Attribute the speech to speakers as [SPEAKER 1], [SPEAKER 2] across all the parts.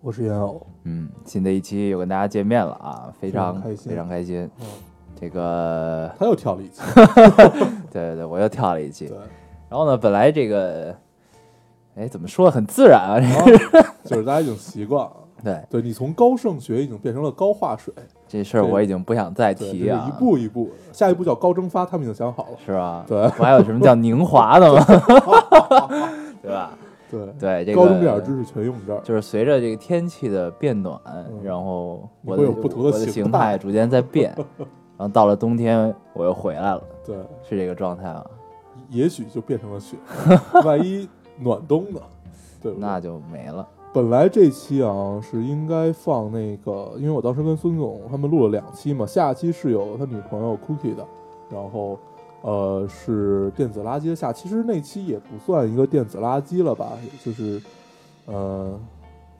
[SPEAKER 1] 我是袁偶，
[SPEAKER 2] 嗯，新的一期又跟大家见面了啊，非常
[SPEAKER 1] 非常开心
[SPEAKER 2] 非常开心。
[SPEAKER 1] 嗯
[SPEAKER 2] 这个
[SPEAKER 1] 他又跳了 一次，
[SPEAKER 2] 对对对，我又跳了一期
[SPEAKER 1] 对。，
[SPEAKER 2] 然后呢，本来这个，哎，怎么说很自然啊？这
[SPEAKER 1] 然后就是大家已经习惯了，
[SPEAKER 2] 对
[SPEAKER 1] 对你从高盛学已经变成了高化水，
[SPEAKER 2] 这事儿
[SPEAKER 1] 对
[SPEAKER 2] 我已经不想再
[SPEAKER 1] 对，
[SPEAKER 2] 提
[SPEAKER 1] 这
[SPEAKER 2] 啊，
[SPEAKER 1] 是一步一步，下一步叫高蒸发，他们已经想好 了，
[SPEAKER 2] 是吧？
[SPEAKER 1] 对
[SPEAKER 2] 我还有什么叫宁华的吗？ 对吧？
[SPEAKER 1] 对，
[SPEAKER 2] 对，这个
[SPEAKER 1] 高中这点知识全用这儿，
[SPEAKER 2] 就是随着这个天气的变暖，然后我的
[SPEAKER 1] 嗯你会有不同的
[SPEAKER 2] 我的
[SPEAKER 1] 形
[SPEAKER 2] 形
[SPEAKER 1] 态
[SPEAKER 2] 态逐渐在变，然后到了冬天我又回来了，
[SPEAKER 1] 对，
[SPEAKER 2] 是这个状态啊吗？
[SPEAKER 1] 也许就变成 了雪，万一暖冬呢，对不对？
[SPEAKER 2] 那就没了。
[SPEAKER 1] 本来这期啊是应该放那个，因为我当时跟孙总他们录了两期嘛，下期是有他女朋友 Cookie 的，然后呃是电子垃圾的下，其实那期也不算一个电子垃圾了吧，就是呃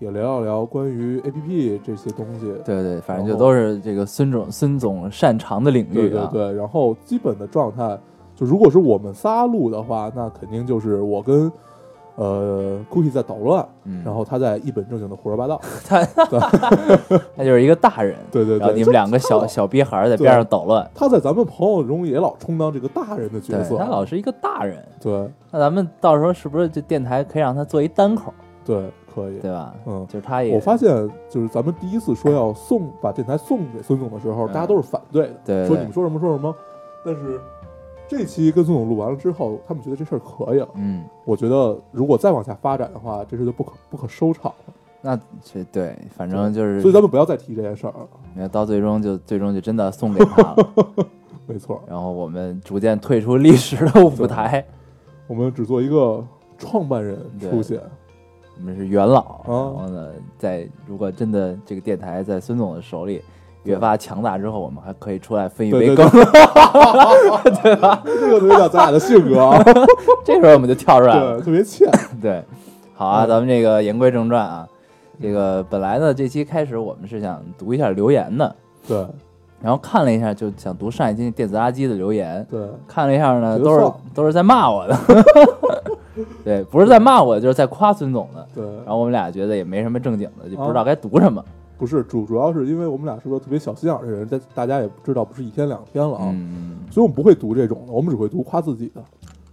[SPEAKER 1] 也聊一聊关于 APP 这些东西，
[SPEAKER 2] 对对，反正
[SPEAKER 1] 然
[SPEAKER 2] 就
[SPEAKER 1] 后
[SPEAKER 2] 都是这个孙总孙总擅长的领
[SPEAKER 1] 对
[SPEAKER 2] 域
[SPEAKER 1] 对
[SPEAKER 2] 啊。
[SPEAKER 1] 对，然后基本的状态就如果是我们仨录的话，那肯定就是我跟呃 Cookie 在捣乱，
[SPEAKER 2] 嗯
[SPEAKER 1] 然后他在一本正经的胡说八道，
[SPEAKER 2] 他就是一个大人，
[SPEAKER 1] 对对
[SPEAKER 2] 然后
[SPEAKER 1] 对，
[SPEAKER 2] 你们两个
[SPEAKER 1] 这
[SPEAKER 2] 小
[SPEAKER 1] 这
[SPEAKER 2] 小逼孩儿在边上捣乱，
[SPEAKER 1] 他在咱们朋友中也老充当这个大人的角
[SPEAKER 2] 对，
[SPEAKER 1] 色，
[SPEAKER 2] 他老是一个大人。
[SPEAKER 1] 对
[SPEAKER 2] 那咱们到时候是不是这电台可以让他做一单口，
[SPEAKER 1] 对可以。
[SPEAKER 2] 对吧？
[SPEAKER 1] 嗯
[SPEAKER 2] 就是他也
[SPEAKER 1] 我发现就是咱们第一次说要送把电台送给孙总的时候，
[SPEAKER 2] 嗯
[SPEAKER 1] 大家都是反对的，
[SPEAKER 2] 对对
[SPEAKER 1] 说
[SPEAKER 2] 对
[SPEAKER 1] 你们说什么说什么。但是这期跟孙总录完了之后，他们觉得这事儿可以了。
[SPEAKER 2] 嗯，
[SPEAKER 1] 我觉得如果再往下发展的话，这事就不可不可收场了。
[SPEAKER 2] 那这对，反正就是
[SPEAKER 1] 所以咱们不要再提这件事儿了。
[SPEAKER 2] 你看到最终就最终就真的送给他了，
[SPEAKER 1] 没错，
[SPEAKER 2] 然后我们逐渐退出历史的舞台，
[SPEAKER 1] 我们只做一个创办人出现，
[SPEAKER 2] 我们是元老。
[SPEAKER 1] 嗯
[SPEAKER 2] 然后呢，在如果真的这个电台在孙总的手里越发强大之后，我们还可以出来分一杯
[SPEAKER 1] 对对
[SPEAKER 2] 羹。
[SPEAKER 1] 这个特别像咱俩的性格 啊，
[SPEAKER 2] 这时候我们就跳出来了
[SPEAKER 1] 对，，特别欠。
[SPEAKER 2] 对，好啊，
[SPEAKER 1] 嗯
[SPEAKER 2] 咱们这个言归正传啊，这个本来呢，这期开始我们是想读一下留言的，
[SPEAKER 1] 对
[SPEAKER 2] 然后看了一下，就想读上一期电子垃圾的留言，
[SPEAKER 1] 对，
[SPEAKER 2] 看了一下呢，
[SPEAKER 1] 觉得
[SPEAKER 2] 都是
[SPEAKER 1] 放
[SPEAKER 2] 都是在骂我的， 对，不是在骂我，就是在夸孙总的。
[SPEAKER 1] 对，
[SPEAKER 2] 然后我们俩觉得也没什么正经的，就不知道
[SPEAKER 1] 啊
[SPEAKER 2] 该读什么。
[SPEAKER 1] 不是主主要是因为我们俩是个特别小心眼儿的人，在大家也知道不是一天两天了啊，
[SPEAKER 2] 嗯，
[SPEAKER 1] 所以我们不会读这种的，我们只会读夸自己的。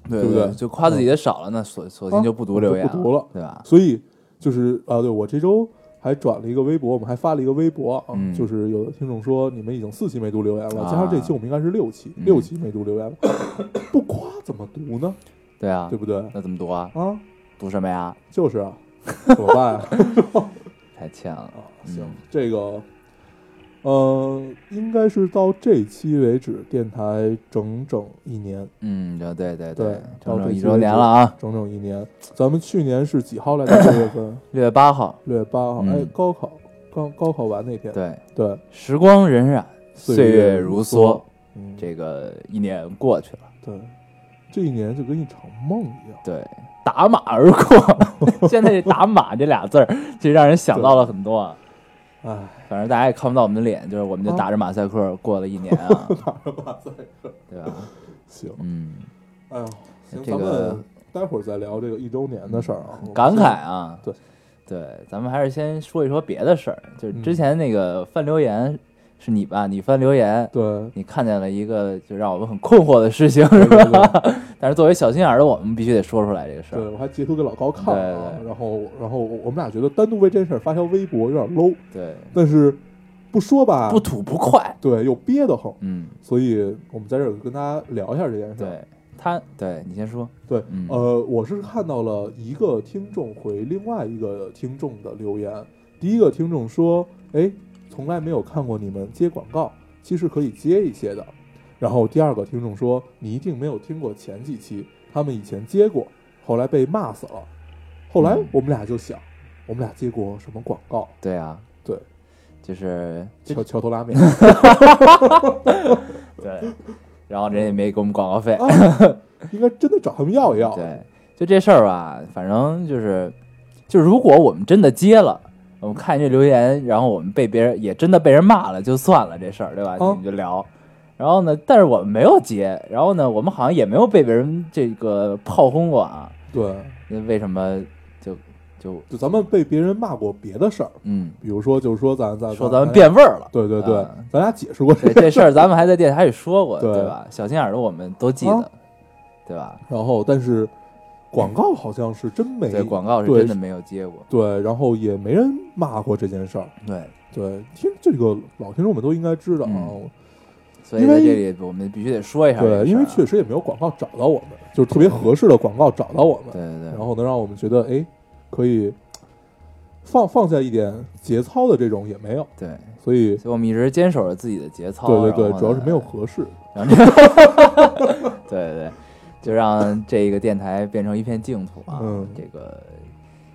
[SPEAKER 2] 对
[SPEAKER 1] 对不对啊
[SPEAKER 2] 就夸自己的少了，那索索性就不读留言
[SPEAKER 1] 就不读了
[SPEAKER 2] 对吧？
[SPEAKER 1] 所以就是啊，对我这周还转了一个微博，我们还发了一个微博啊，
[SPEAKER 2] 嗯
[SPEAKER 1] 就是有的听众说你们已经四期没读留言了，
[SPEAKER 2] 啊
[SPEAKER 1] 加上这期我们应该是六期，
[SPEAKER 2] 嗯
[SPEAKER 1] 六期没读留言了， 不夸怎么读呢？
[SPEAKER 2] 对啊
[SPEAKER 1] 对，不对？
[SPEAKER 2] 那怎么读啊？
[SPEAKER 1] 啊，
[SPEAKER 2] 读什么呀？
[SPEAKER 1] 就是 啊，怎么办啊？
[SPEAKER 2] 太欠了。
[SPEAKER 1] 啊，行
[SPEAKER 2] 嗯，
[SPEAKER 1] 这个，呃，应该是到这期为止，电台整整一年，
[SPEAKER 2] 嗯，对对对
[SPEAKER 1] 对
[SPEAKER 2] 整
[SPEAKER 1] 到
[SPEAKER 2] 整
[SPEAKER 1] 这
[SPEAKER 2] 一
[SPEAKER 1] 期
[SPEAKER 2] 周
[SPEAKER 1] 为
[SPEAKER 2] 年
[SPEAKER 1] 止
[SPEAKER 2] 了啊，
[SPEAKER 1] 整整一年。咱们去年是几号来着？六月份，
[SPEAKER 2] 六月八号，
[SPEAKER 1] 六月八号，
[SPEAKER 2] 嗯
[SPEAKER 1] 哎，高考刚高考完那天，
[SPEAKER 2] 对，
[SPEAKER 1] 对，
[SPEAKER 2] 时光荏苒，岁月
[SPEAKER 1] 月
[SPEAKER 2] 如
[SPEAKER 1] 梭
[SPEAKER 2] 梭，，
[SPEAKER 1] 嗯，
[SPEAKER 2] 这个一年过去了，
[SPEAKER 1] 对，这一年就跟一场梦一样。
[SPEAKER 2] 对，打马而过。 现在这“打马”这俩字儿，这让人想到了很多啊。
[SPEAKER 1] 哎，
[SPEAKER 2] 反正大家也看不到我们的脸，就是我们就
[SPEAKER 1] 啊
[SPEAKER 2] 打着马赛克过了一年啊，
[SPEAKER 1] 哇塞，
[SPEAKER 2] 对吧？
[SPEAKER 1] 行，
[SPEAKER 2] 嗯，
[SPEAKER 1] 哎呦，行，
[SPEAKER 2] 这个
[SPEAKER 1] 咱们待会儿再聊这个一周年的事儿啊。
[SPEAKER 2] 感慨啊，
[SPEAKER 1] 对
[SPEAKER 2] 对，咱们还是先说一说别的事儿。就是
[SPEAKER 1] 嗯
[SPEAKER 2] 之前那个翻留言是你吧？你翻留言，
[SPEAKER 1] 对，
[SPEAKER 2] 你看见了一个就让我们很困惑的事情，是吧？ 但是作为小心眼儿的我们，必须得说出来这个事
[SPEAKER 1] 对，
[SPEAKER 2] 儿。
[SPEAKER 1] 我还截图给老高看了啊
[SPEAKER 2] 对对，
[SPEAKER 1] 然后，然后我我们俩觉得单独为这事儿发条微博有点 low，
[SPEAKER 2] 对，啊
[SPEAKER 1] 但是不说吧，
[SPEAKER 2] 不吐不快。
[SPEAKER 1] 对，又憋得慌，
[SPEAKER 2] 嗯，
[SPEAKER 1] 所以我们在这儿跟大家聊一下这件事儿。
[SPEAKER 2] 对他，对你先说。
[SPEAKER 1] 对，
[SPEAKER 2] 嗯
[SPEAKER 1] 呃，我是看到了一个听众回另外一个听众的留言，第一个听众说：“哎，从来没有看过你们接广告，其实可以接一些的。”然后第二个听众说：“你一定没有听过前几期，他们以前接过，后来被骂死了。”后来
[SPEAKER 2] 嗯
[SPEAKER 1] 我们俩就想，我们俩接过什么广告？
[SPEAKER 2] 对啊，
[SPEAKER 1] 对，
[SPEAKER 2] 就是就
[SPEAKER 1] 桥桥 头拉面，
[SPEAKER 2] 对，然后人也没给我们广告费，
[SPEAKER 1] 啊应该真的找他们要一要。
[SPEAKER 2] 对，就这事儿吧，反正就是，就如果我们真的接了，我们看这留言，然后我们被别人也真的被人骂了，就算了这事儿，对吧？
[SPEAKER 1] 哦
[SPEAKER 2] 我们就聊。然后呢，但是我们没有接，然后呢，我们好像也没有被别人这个炮轰过啊。
[SPEAKER 1] 对，
[SPEAKER 2] 那为什么就就
[SPEAKER 1] 就咱们被别人骂过别的事儿，
[SPEAKER 2] 嗯，
[SPEAKER 1] 比如说就是说咱啊咱
[SPEAKER 2] 说咱们变味儿了？
[SPEAKER 1] 对对对，
[SPEAKER 2] 啊
[SPEAKER 1] 咱俩解释过
[SPEAKER 2] 对
[SPEAKER 1] 这
[SPEAKER 2] 这事儿，咱们还在电台里说过，
[SPEAKER 1] 对
[SPEAKER 2] 对吧？小心眼儿的我们都记
[SPEAKER 1] 啊
[SPEAKER 2] 得，对吧？
[SPEAKER 1] 然后但是广告好像是真没
[SPEAKER 2] 对，广告是
[SPEAKER 1] 对
[SPEAKER 2] 真的没有接过。
[SPEAKER 1] 对，然后也没人骂过这件事儿。
[SPEAKER 2] 对，
[SPEAKER 1] 对，听这个老听众们都应该知道啊。
[SPEAKER 2] 嗯所以
[SPEAKER 1] 因
[SPEAKER 2] 在
[SPEAKER 1] 为
[SPEAKER 2] 这里我们必须得说一下这个事儿啊。
[SPEAKER 1] 对，因为确实也没有广告找到我们，就是特别合适的广告找到我们，
[SPEAKER 2] 对对
[SPEAKER 1] 然
[SPEAKER 2] 对，
[SPEAKER 1] 后能让我们觉得哎，可以放放下一点节操的这种也没有，
[SPEAKER 2] 对，
[SPEAKER 1] 所以
[SPEAKER 2] 所以我们一直坚守着自己的节操。
[SPEAKER 1] 对对
[SPEAKER 2] 然
[SPEAKER 1] 对，
[SPEAKER 2] 后
[SPEAKER 1] 主要是
[SPEAKER 2] 呢
[SPEAKER 1] 没有，合适。
[SPEAKER 2] 然后这对对对，就让这个电台变成一片净土啊。
[SPEAKER 1] 嗯
[SPEAKER 2] 这个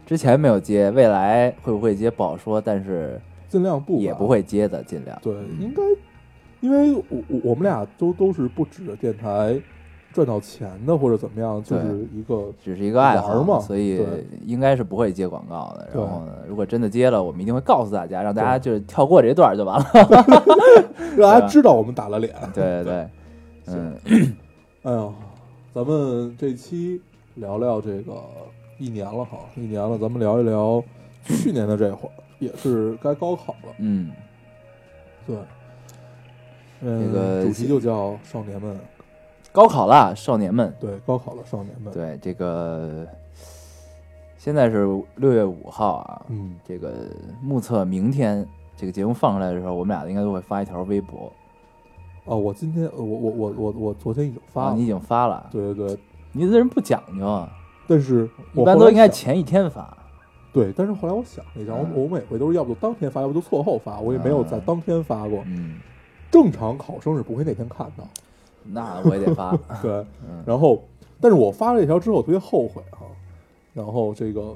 [SPEAKER 2] 之前没有接，未来会不会接不好说，但是
[SPEAKER 1] 尽量不
[SPEAKER 2] 也
[SPEAKER 1] 吧
[SPEAKER 2] 不会接的，尽量。
[SPEAKER 1] 对，
[SPEAKER 2] 嗯
[SPEAKER 1] 应该，因为我我我们俩都都是不指着电台赚到钱的或者怎么样，就
[SPEAKER 2] 对
[SPEAKER 1] 是一个
[SPEAKER 2] 只是一个爱好
[SPEAKER 1] 玩嘛
[SPEAKER 2] 所以
[SPEAKER 1] 对
[SPEAKER 2] 应该是不会接广告的。
[SPEAKER 1] 对
[SPEAKER 2] 然后呢，如果真的接了，我们一定会告诉大家，让大家就是跳过这段就完 了。
[SPEAKER 1] 让大
[SPEAKER 2] 对
[SPEAKER 1] 家
[SPEAKER 2] 啊
[SPEAKER 1] 知道我们打了脸。
[SPEAKER 2] 对对对，嗯，
[SPEAKER 1] 哎呀，咱们这期聊聊这个一年了哈，一年了，咱们聊一聊去年的这会儿，也是该高考了，
[SPEAKER 2] 嗯，
[SPEAKER 1] 对。嗯，
[SPEAKER 2] 那个
[SPEAKER 1] 主题就叫“少年们
[SPEAKER 2] 高考啦，少年们”，。
[SPEAKER 1] 对，高考了，少年们，，
[SPEAKER 2] 对，这个现在是六月五号啊，
[SPEAKER 1] 嗯，
[SPEAKER 2] 这个目测明天这个节目放出来的时候，我们俩应该都会发一条微博。
[SPEAKER 1] 哦，我今天，呃我我我我我昨天已经
[SPEAKER 2] 啊
[SPEAKER 1] 发了
[SPEAKER 2] 你已，经发了，
[SPEAKER 1] 对对对，
[SPEAKER 2] 你这人不讲究啊，
[SPEAKER 1] 但是
[SPEAKER 2] 一
[SPEAKER 1] 我
[SPEAKER 2] 般
[SPEAKER 1] 后来
[SPEAKER 2] 都应该
[SPEAKER 1] 想
[SPEAKER 2] 前一天发。
[SPEAKER 1] 对，但是后来我想了一下，我
[SPEAKER 2] 嗯
[SPEAKER 1] 我每回都是要不就当天发，要不就错后发，我也没有在
[SPEAKER 2] 嗯
[SPEAKER 1] 当天发过。
[SPEAKER 2] 嗯，
[SPEAKER 1] 正常考生是不会那天看到，
[SPEAKER 2] 那我也得 发。
[SPEAKER 1] 对。
[SPEAKER 2] 啊嗯
[SPEAKER 1] 然后，但是我发了这条之后，我特别后悔啊。然后这个，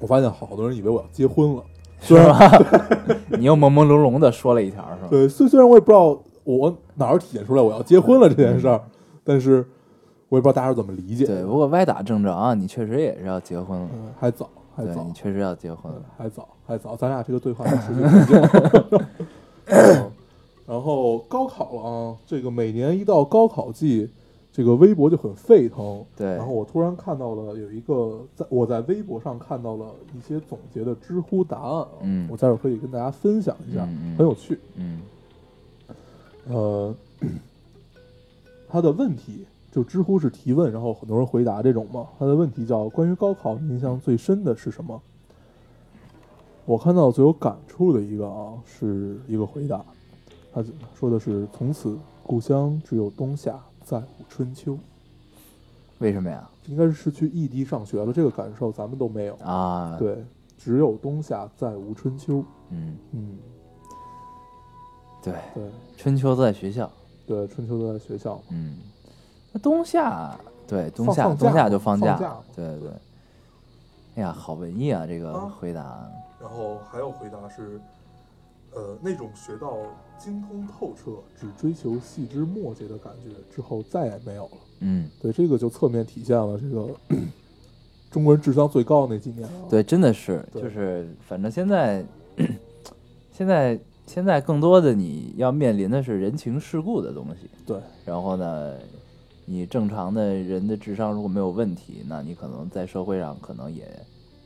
[SPEAKER 1] 我发现好多人以为我要结婚了，
[SPEAKER 2] 是吧？ 你又朦朦胧胧的说了一条，是吧？
[SPEAKER 1] 对，虽虽然我也不知道我哪儿体现出来我要结婚了这件事儿，但是我也不知道大家是怎么理解。
[SPEAKER 2] 嗯对，不过歪打正着啊，你确实也是要结婚了，
[SPEAKER 1] 嗯，还早，还
[SPEAKER 2] 对
[SPEAKER 1] 早
[SPEAKER 2] 你，确实要结婚
[SPEAKER 1] 嗯
[SPEAKER 2] 了。
[SPEAKER 1] 还早，还早，咱俩这个对话持续很久。嗯然后高考了啊，这个每年一到高考季，这个微博就很沸腾。
[SPEAKER 2] 对
[SPEAKER 1] 然后我突然看到了有一个在我在微博上看到了一些总结的知乎答案啊，
[SPEAKER 2] 嗯
[SPEAKER 1] 我待会儿可以跟大家分享一下，
[SPEAKER 2] 嗯嗯
[SPEAKER 1] 很有趣。
[SPEAKER 2] 嗯
[SPEAKER 1] 呃，他的问题就知乎是提问，然后很多人回答这种嘛。他的问题叫关于高考你印象最深的是什么？我看到最有感触的一个啊，是一个回答，他就说的是从此故乡只有冬夏，再无春秋。
[SPEAKER 2] 为什么呀？
[SPEAKER 1] 应该是去异地上学了，这个感受咱们都没有。
[SPEAKER 2] 啊，，
[SPEAKER 1] 对，只有冬夏，再无春秋。
[SPEAKER 2] 嗯，
[SPEAKER 1] 嗯，
[SPEAKER 2] 对，
[SPEAKER 1] 对
[SPEAKER 2] 春秋都在学校，
[SPEAKER 1] 对，春秋都在学校。
[SPEAKER 2] 嗯，那冬夏对冬
[SPEAKER 1] 放
[SPEAKER 2] 夏
[SPEAKER 1] 放假
[SPEAKER 2] 冬夏就
[SPEAKER 1] 嘛
[SPEAKER 2] 放
[SPEAKER 1] 放
[SPEAKER 2] 假
[SPEAKER 1] 假
[SPEAKER 2] 了
[SPEAKER 1] 嘛，
[SPEAKER 2] 对对对。哎呀，好文艺啊！这个
[SPEAKER 1] 啊
[SPEAKER 2] 回答，
[SPEAKER 1] 然后还有回答是，呃，那种学到精通透彻，只追求细枝末节的感觉，之后再也没有了。
[SPEAKER 2] 嗯，
[SPEAKER 1] 对，这个就侧面体现了这个 中国人智商最高的那几年啊。
[SPEAKER 2] 对，真的是，
[SPEAKER 1] 对
[SPEAKER 2] 就是反正现在， 现在现在更多的你要面临的是人情世故的东西，
[SPEAKER 1] 对
[SPEAKER 2] 然后呢，你正常的人的智商如果没有问题，那你可能在社会上可能也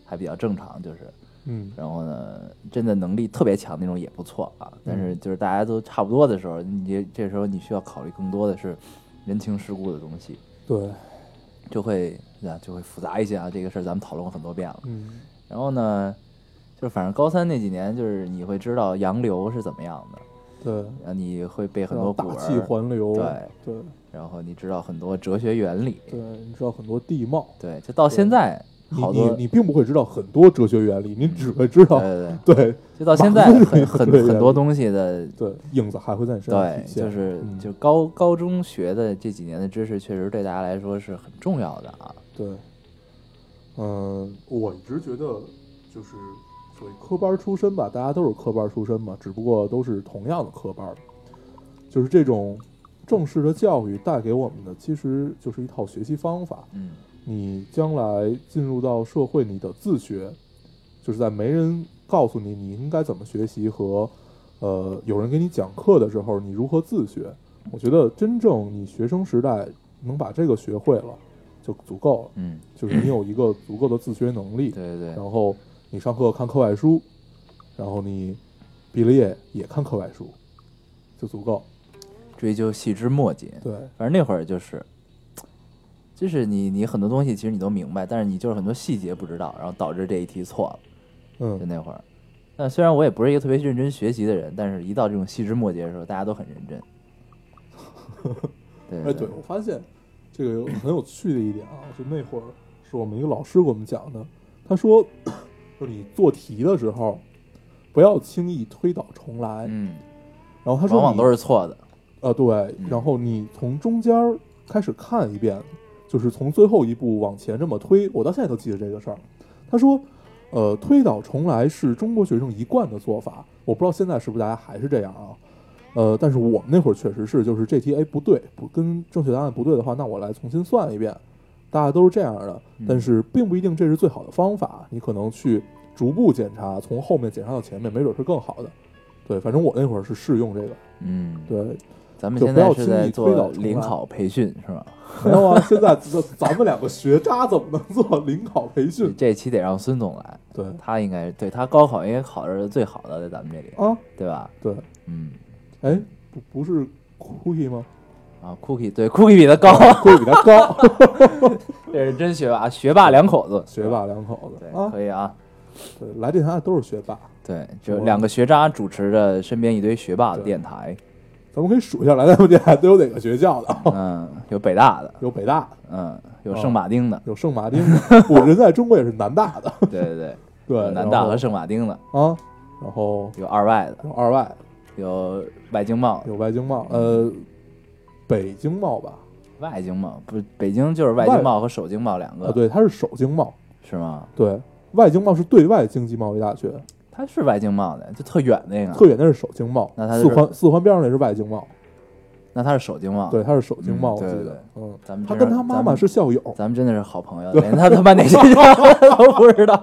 [SPEAKER 2] 还比较正常，就是，
[SPEAKER 1] 嗯，
[SPEAKER 2] 然后呢，真的能力特别强那种也不错啊。但是
[SPEAKER 1] 嗯
[SPEAKER 2] 就是大家都差不多的时候，你这这时候你需要考虑更多的是人情世故的东西，
[SPEAKER 1] 对，
[SPEAKER 2] 就会啊就会复杂一些啊。这个事儿咱们讨论过很多遍了。
[SPEAKER 1] 嗯，
[SPEAKER 2] 然后呢，就是反正高三那几年，就是你会知道洋流是怎么样的，
[SPEAKER 1] 对，
[SPEAKER 2] 然后你会背很多古
[SPEAKER 1] 大气
[SPEAKER 2] 文，
[SPEAKER 1] 环流，
[SPEAKER 2] 对
[SPEAKER 1] 对
[SPEAKER 2] 然后你知道很多哲学原理，
[SPEAKER 1] 对，你知道很多地貌，
[SPEAKER 2] 对，就到现在
[SPEAKER 1] 你
[SPEAKER 2] 好
[SPEAKER 1] 你
[SPEAKER 2] 多，
[SPEAKER 1] 你并不会知道很多哲学原理，你只会知道
[SPEAKER 2] 对对对，
[SPEAKER 1] 对
[SPEAKER 2] 就到现在
[SPEAKER 1] 马克思主义
[SPEAKER 2] 很很
[SPEAKER 1] 哲学
[SPEAKER 2] 很多东西的，
[SPEAKER 1] 对影子还会在你身上
[SPEAKER 2] 对
[SPEAKER 1] 体，现，
[SPEAKER 2] 就是
[SPEAKER 1] 嗯
[SPEAKER 2] 就高高中学的这几年的知识，确实对大家来说是很重要的啊，
[SPEAKER 1] 对，嗯、我一直觉得就是属于科班出身吧，大家都是科班出身嘛，只不过都是同样的科班儿，就是这种正式的教育带给我们的，其实就是一套学习方法。
[SPEAKER 2] 嗯
[SPEAKER 1] 你将来进入到社会，你的自学，就是在没人告诉你你应该怎么学习和，呃，有人给你讲课的时候，你如何自学。我觉得真正你学生时代能把这个学会了，就足够了，
[SPEAKER 2] 嗯，
[SPEAKER 1] 就是你有一个足够的自学能力。
[SPEAKER 2] 对对对，
[SPEAKER 1] 然后你上课看课外书，然后你毕了业也看课外书，就足够。
[SPEAKER 2] 追究细枝末节。
[SPEAKER 1] 对，
[SPEAKER 2] 反正那会儿就是，就是你你很多东西其实你都明白，但是你就是很多细节不知道，然后导致这一题错了。就
[SPEAKER 1] 嗯，
[SPEAKER 2] 那会儿，但虽然我也不是一个特别认真学习的人，但是一到这种细枝末节的时候，大家都很认真。对
[SPEAKER 1] 哎，对，我发现这个有很有趣的一点啊，是那会儿是我们一个老师给我们讲的，他说，就是你做题的时候不要轻易推倒重来，
[SPEAKER 2] 嗯，
[SPEAKER 1] 然哎后他说
[SPEAKER 2] 往往
[SPEAKER 1] 你
[SPEAKER 2] 都是错的。
[SPEAKER 1] 啊，对，然后你从中间儿开始看一遍，就是从最后一步往前这么推。我到现在都记得这个事儿。他说，呃，推倒重来是中国学生一贯的做法。我不知道现在是不是大家还是这样啊？呃，但是我们那会儿确实是，就是这题哎不对，不跟正确答案不对的话，那我来重新算一遍。大家都是这样的，
[SPEAKER 2] 嗯
[SPEAKER 1] 但是并不一定这是最好的方法。你可能去逐步检查，从后面检查到前面，没准是更好的。对，反正我那会儿是试用这个。
[SPEAKER 2] 嗯，
[SPEAKER 1] 对，
[SPEAKER 2] 咱们
[SPEAKER 1] 就
[SPEAKER 2] 现
[SPEAKER 1] 不
[SPEAKER 2] 在
[SPEAKER 1] 要
[SPEAKER 2] 是
[SPEAKER 1] 轻易
[SPEAKER 2] 在
[SPEAKER 1] 推
[SPEAKER 2] 做
[SPEAKER 1] 倒重
[SPEAKER 2] 领
[SPEAKER 1] 来
[SPEAKER 2] 考培训是吧？
[SPEAKER 1] 没有啊，现在咱咱们两个学渣怎么能做领考 培训？
[SPEAKER 2] 这期得让孙总来，
[SPEAKER 1] 对
[SPEAKER 2] 他应该是对他高考应该考的是最好的，在咱们这里，
[SPEAKER 1] 啊，
[SPEAKER 2] 对吧？
[SPEAKER 1] 对，
[SPEAKER 2] 嗯，
[SPEAKER 1] 哎，不不是 Cookie 吗？
[SPEAKER 2] 啊，Cookie 对 Cookie 比他高，
[SPEAKER 1] 会比他高，
[SPEAKER 2] 这是真学霸，学霸两口子，
[SPEAKER 1] 学霸两口子
[SPEAKER 2] 对，
[SPEAKER 1] 啊，
[SPEAKER 2] 可以啊，
[SPEAKER 1] 对，来电台的都是学霸。
[SPEAKER 2] 对，就
[SPEAKER 1] 我
[SPEAKER 2] 两个学渣主持着身边一堆学霸的
[SPEAKER 1] 对
[SPEAKER 2] 电台，
[SPEAKER 1] 咱们可以数一下来咱们电台都有哪个学校的啊？
[SPEAKER 2] 嗯，有北大的，
[SPEAKER 1] 有北大的，
[SPEAKER 2] 嗯，有
[SPEAKER 1] 哦
[SPEAKER 2] 圣马丁的，
[SPEAKER 1] 有圣马 丁的，不，人在中国也是南大的，
[SPEAKER 2] 对对对，
[SPEAKER 1] 哦对
[SPEAKER 2] 有，南
[SPEAKER 1] 然
[SPEAKER 2] 大
[SPEAKER 1] 后
[SPEAKER 2] 和圣马丁的，
[SPEAKER 1] 啊，然后
[SPEAKER 2] 有二外的，
[SPEAKER 1] 有二外，
[SPEAKER 2] 有外经贸的，
[SPEAKER 1] 有外经贸，呃，北经贸吧，
[SPEAKER 2] 外经贸不是北京就是外经贸和首经贸两个，
[SPEAKER 1] 啊，对，它是首经贸，
[SPEAKER 2] 是吗？
[SPEAKER 1] 对，外经贸是对外经济贸易大学，
[SPEAKER 2] 它是外经贸的，就特远那个，
[SPEAKER 1] 特远那是首经贸，
[SPEAKER 2] 那它是
[SPEAKER 1] 四环四环边上那是外经贸，
[SPEAKER 2] 那它是首经贸，
[SPEAKER 1] 对，，他是首经贸，
[SPEAKER 2] 嗯
[SPEAKER 1] 我
[SPEAKER 2] 对
[SPEAKER 1] 记
[SPEAKER 2] 对对
[SPEAKER 1] 得，嗯，
[SPEAKER 2] 咱们
[SPEAKER 1] 他
[SPEAKER 2] 真
[SPEAKER 1] 跟他妈妈，是校友，
[SPEAKER 2] 咱们咱们真的是好朋友，连他他妈哪些都不知 道，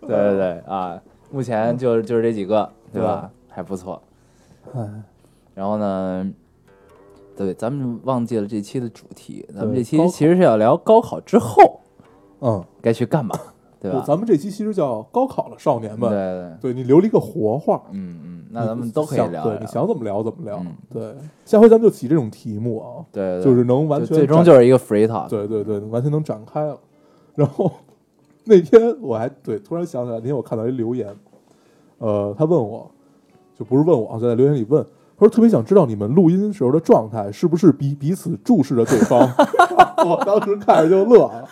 [SPEAKER 2] 对对对啊，目前就就是这几个，对吧？还不错，
[SPEAKER 1] 哎，
[SPEAKER 2] 然后呢，对，咱们忘记了这期的主题，咱们这
[SPEAKER 1] 对
[SPEAKER 2] 期
[SPEAKER 1] 高考
[SPEAKER 2] 其实是要聊高考之后
[SPEAKER 1] 嗯，
[SPEAKER 2] 该去干嘛，对吧？
[SPEAKER 1] 对，咱们这期其实叫高考了，少年
[SPEAKER 2] 对
[SPEAKER 1] 们，
[SPEAKER 2] 对，
[SPEAKER 1] 对你留了一个活话，
[SPEAKER 2] 嗯嗯，
[SPEAKER 1] 你
[SPEAKER 2] 那咱们都可以
[SPEAKER 1] 想
[SPEAKER 2] 聊
[SPEAKER 1] 对，
[SPEAKER 2] 聊，
[SPEAKER 1] 你想怎么聊怎么聊
[SPEAKER 2] 嗯，
[SPEAKER 1] 对，下回咱们就起这种题目啊，
[SPEAKER 2] 对，对
[SPEAKER 1] 就是能完
[SPEAKER 2] 就
[SPEAKER 1] 全
[SPEAKER 2] 最终
[SPEAKER 1] 展
[SPEAKER 2] 就是一个 free talk，
[SPEAKER 1] 对对对，完全能展开了。然后 那天我还对突然想起来，那天我看到一留言，呃，他问我，就不是问我啊，就在留言里问，他说特别想知道你们录音时候的状态是不是彼彼此注视着对方。 我当时看着就乐了。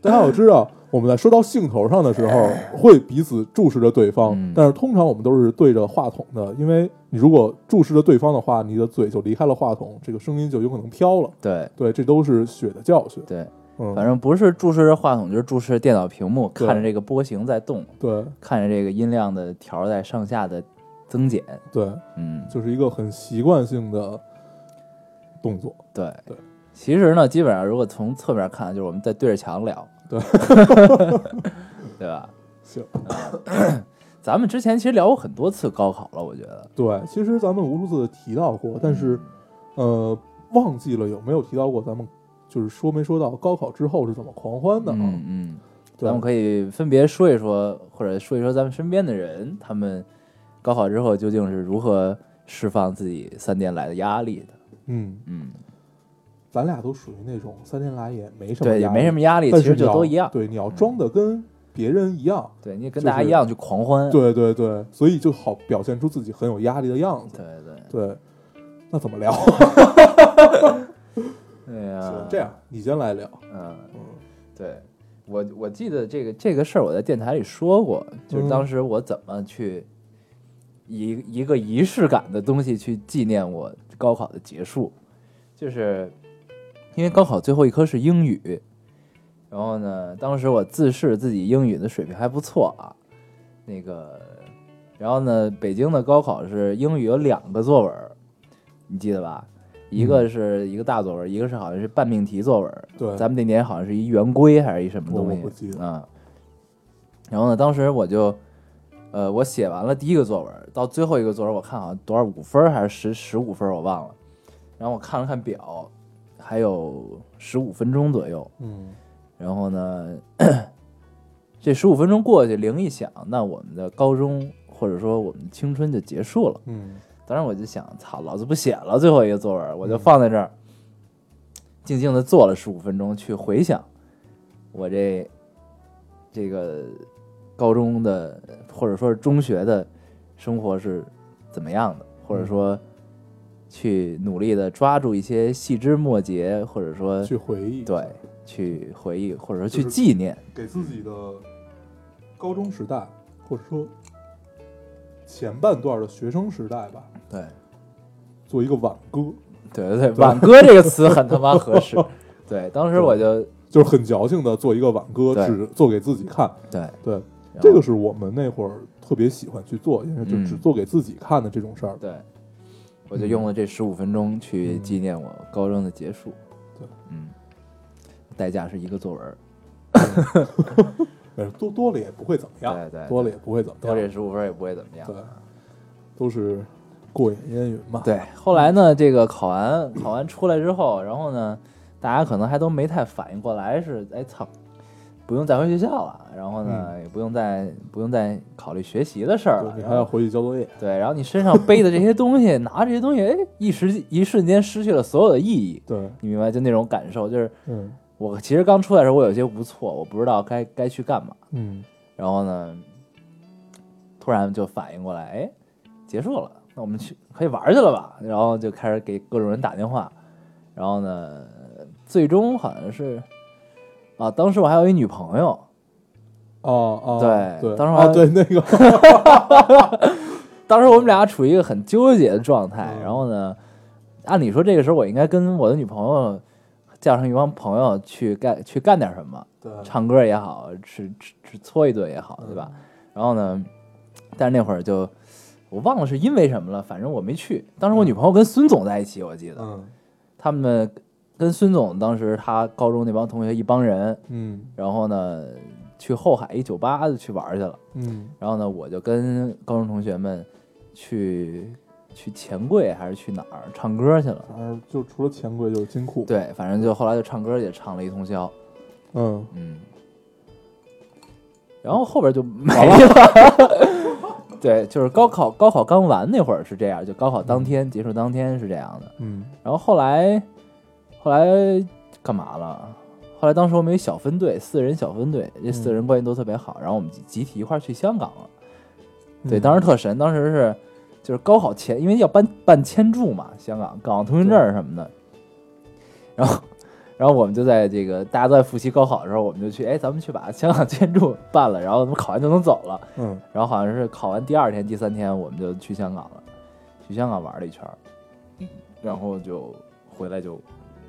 [SPEAKER 1] 大家要知道，我们在说到兴头上的时候，会彼此注视着对方，
[SPEAKER 2] 嗯
[SPEAKER 1] 但是通常我们都是对着话筒的，因为你如果注视着对方的话，你的嘴就离开了话筒，这个声音就有可能飘了。
[SPEAKER 2] 对
[SPEAKER 1] 对，这都是血的教训。
[SPEAKER 2] 对，
[SPEAKER 1] 嗯，
[SPEAKER 2] 反正不是注视着话筒，就是注视着电脑屏幕，
[SPEAKER 1] 对
[SPEAKER 2] 看着这个波形在动，
[SPEAKER 1] 对
[SPEAKER 2] 看着这个音量的条在上下的增减，
[SPEAKER 1] 对，
[SPEAKER 2] 嗯，
[SPEAKER 1] 就是一个很习惯性的动作。
[SPEAKER 2] 对
[SPEAKER 1] 对。
[SPEAKER 2] 其实呢，基本上如果从侧面看，就是我们在对着墙聊，
[SPEAKER 1] 对
[SPEAKER 2] 对吧？
[SPEAKER 1] 行，
[SPEAKER 2] 咱们之前其实聊过很多次高考了，我觉得，
[SPEAKER 1] 对，其实咱们无数次提到过，但是
[SPEAKER 2] 嗯
[SPEAKER 1] 呃，忘记了有没有提到过咱们就是说没说到高考之后是怎么狂欢的啊？
[SPEAKER 2] 嗯嗯，
[SPEAKER 1] 对
[SPEAKER 2] 咱们可以分别说一说，或者说一说咱们身边的人，他们高考之后究竟是如何释放自己三年来的压力的。
[SPEAKER 1] 嗯，
[SPEAKER 2] 嗯，
[SPEAKER 1] 咱俩都属于那种三天来也没什么
[SPEAKER 2] 对，也
[SPEAKER 1] 压力
[SPEAKER 2] 没什么压力，
[SPEAKER 1] 但
[SPEAKER 2] 其
[SPEAKER 1] 是
[SPEAKER 2] 实就
[SPEAKER 1] 你要
[SPEAKER 2] 都一样。嗯
[SPEAKER 1] 对，你要装的跟别人一样，
[SPEAKER 2] 对，你也跟
[SPEAKER 1] 就
[SPEAKER 2] 大家一
[SPEAKER 1] 是
[SPEAKER 2] 样去狂欢。
[SPEAKER 1] 对对对，所以就好表现出自己很有压力的样子。
[SPEAKER 2] 对对
[SPEAKER 1] 对，那怎么聊？
[SPEAKER 2] 对呀
[SPEAKER 1] 行， 这样你先来聊。
[SPEAKER 2] 嗯，
[SPEAKER 1] 嗯
[SPEAKER 2] 对我我记得这个这个事儿，我在电台里说过，就是
[SPEAKER 1] 嗯
[SPEAKER 2] 当时我怎么去以一个仪式感的东西去纪念我高考的结束，就是因为高考最后一科是英语，然后呢，当时我自视自己英语的水平还不错啊，那个，然后呢，北京的高考是英语有两个作文，你记得吧？一个是一个大作文，一个是好像是半命题作文。
[SPEAKER 1] 对
[SPEAKER 2] 咱们那年好像是一圆规还是一什么东
[SPEAKER 1] 嗯我
[SPEAKER 2] 西，
[SPEAKER 1] 我不记得
[SPEAKER 2] 啊。然后呢，当时我就，呃，我写完了第一个作文，到最后一个作文，我看好像多少五分儿还是十十五分儿，我忘了。然后我看了看表，还有十五分钟左右。
[SPEAKER 1] 嗯，
[SPEAKER 2] 然后呢， 这十五分钟过去，铃一响，那我们的高中或者说我们的青春就结束了。
[SPEAKER 1] 嗯
[SPEAKER 2] 当时我就想，操，老子不写了最后一个作文，我就放在这儿，静静的坐了十五分钟，去回想我这这个高中的或者说是中学的生活是怎么样的，或者说去努力的抓住一些细枝末节，或者说
[SPEAKER 1] 去回忆，
[SPEAKER 2] 对，去回忆或者说
[SPEAKER 1] 就是
[SPEAKER 2] 去纪念，
[SPEAKER 1] 给自己的高中时代，或者说前半段的学生时代吧，
[SPEAKER 2] 对。
[SPEAKER 1] 做一个挽歌，
[SPEAKER 2] 对对对，挽歌这个词很他妈合适。对，当时我就
[SPEAKER 1] 就是很矫情的做一个挽歌，
[SPEAKER 2] 对
[SPEAKER 1] 只做给自己看。
[SPEAKER 2] 对，
[SPEAKER 1] 对，
[SPEAKER 2] 然后
[SPEAKER 1] 这个是我们那会儿特别喜欢去做，因为就
[SPEAKER 2] 嗯
[SPEAKER 1] 只做给自己看的这种事儿。
[SPEAKER 2] 对，我就用了这十五分钟去纪念我高中的结束。
[SPEAKER 1] 嗯对，
[SPEAKER 2] 嗯，代价是一个作文，
[SPEAKER 1] 呃，多多了也不会怎么样，
[SPEAKER 2] 对对对
[SPEAKER 1] 多了也不会怎么
[SPEAKER 2] 多
[SPEAKER 1] 样，
[SPEAKER 2] 这十五分也不会怎么样。
[SPEAKER 1] 啊对，都是过眼烟云嘛。
[SPEAKER 2] 对，后来呢，这个考完考完出来之后，然后呢，大家可能还都没太反应过来是，哎操，不用再回学校了，然后呢，
[SPEAKER 1] 嗯
[SPEAKER 2] 也不用再不用再考虑学习的事儿
[SPEAKER 1] 就
[SPEAKER 2] 了，
[SPEAKER 1] 你
[SPEAKER 2] 然
[SPEAKER 1] 还
[SPEAKER 2] 后
[SPEAKER 1] 要回去交作业。
[SPEAKER 2] 对，然后你身上背的这些东西，拿着这些东西，哎，一时一瞬间失去了所有的意义，
[SPEAKER 1] 对，
[SPEAKER 2] 你明白？就那种感受，就是
[SPEAKER 1] 嗯
[SPEAKER 2] 我其实刚出来的时候，我有些无措，我不知道该该去干嘛。
[SPEAKER 1] 嗯，
[SPEAKER 2] 然后呢，突然就反应过来，哎，结束了，那我们去可以玩去了吧？然后就开始给各种人打电话，然后呢，最终好像是啊，当时我还有一女朋友，
[SPEAKER 1] 哦哦，
[SPEAKER 2] 对
[SPEAKER 1] 对，
[SPEAKER 2] 当时我
[SPEAKER 1] 啊，
[SPEAKER 2] 还
[SPEAKER 1] 对那个，
[SPEAKER 2] 当时我们俩处于一个很纠结的状态，
[SPEAKER 1] 嗯
[SPEAKER 2] 然后呢，按理说这个时候我应该跟我的女朋友叫上一帮朋友去干去干点什么，
[SPEAKER 1] 对
[SPEAKER 2] 唱歌也好，吃吃吃搓一顿也好，对吧？然后呢，但是那会儿就我忘了是因为什么了，反正我没去。当时我女朋友跟孙总在一起，我记得、
[SPEAKER 1] 嗯
[SPEAKER 2] 他们跟孙总当时他高中那帮同学一帮人，
[SPEAKER 1] 嗯
[SPEAKER 2] 然后呢去后海一酒吧就去玩去了。
[SPEAKER 1] 嗯
[SPEAKER 2] 然后呢，我就跟高中同学们去去钱柜还是去哪儿唱歌去了。
[SPEAKER 1] 反正就除了钱柜就是金库。，
[SPEAKER 2] 对，反正就后来就唱歌也唱了一通宵，
[SPEAKER 1] 嗯，
[SPEAKER 2] 嗯。然后后边就没了。 对，就是高考高考刚完那会儿是这样，就高考当天、结束当天是这样的。
[SPEAKER 1] 嗯
[SPEAKER 2] 然后后来后来干嘛了？后来当时我们有一小分队，四人小分队，这四个人关系都特别好，然后我们集集体一块儿去香港了。对，
[SPEAKER 1] 嗯
[SPEAKER 2] 当时特神，当时是就是高考前，因为要办办签注嘛，香港港澳通行证什么的，然后。然后我们就在这个大家都在复习高考的时候，我们就去，哎，咱们去把香港签注办了，然后咱们考完就能走了。
[SPEAKER 1] 嗯
[SPEAKER 2] 然后好像是考完第二天、第三天，我们就去香港了，去香港玩了一圈儿，嗯然后就回来就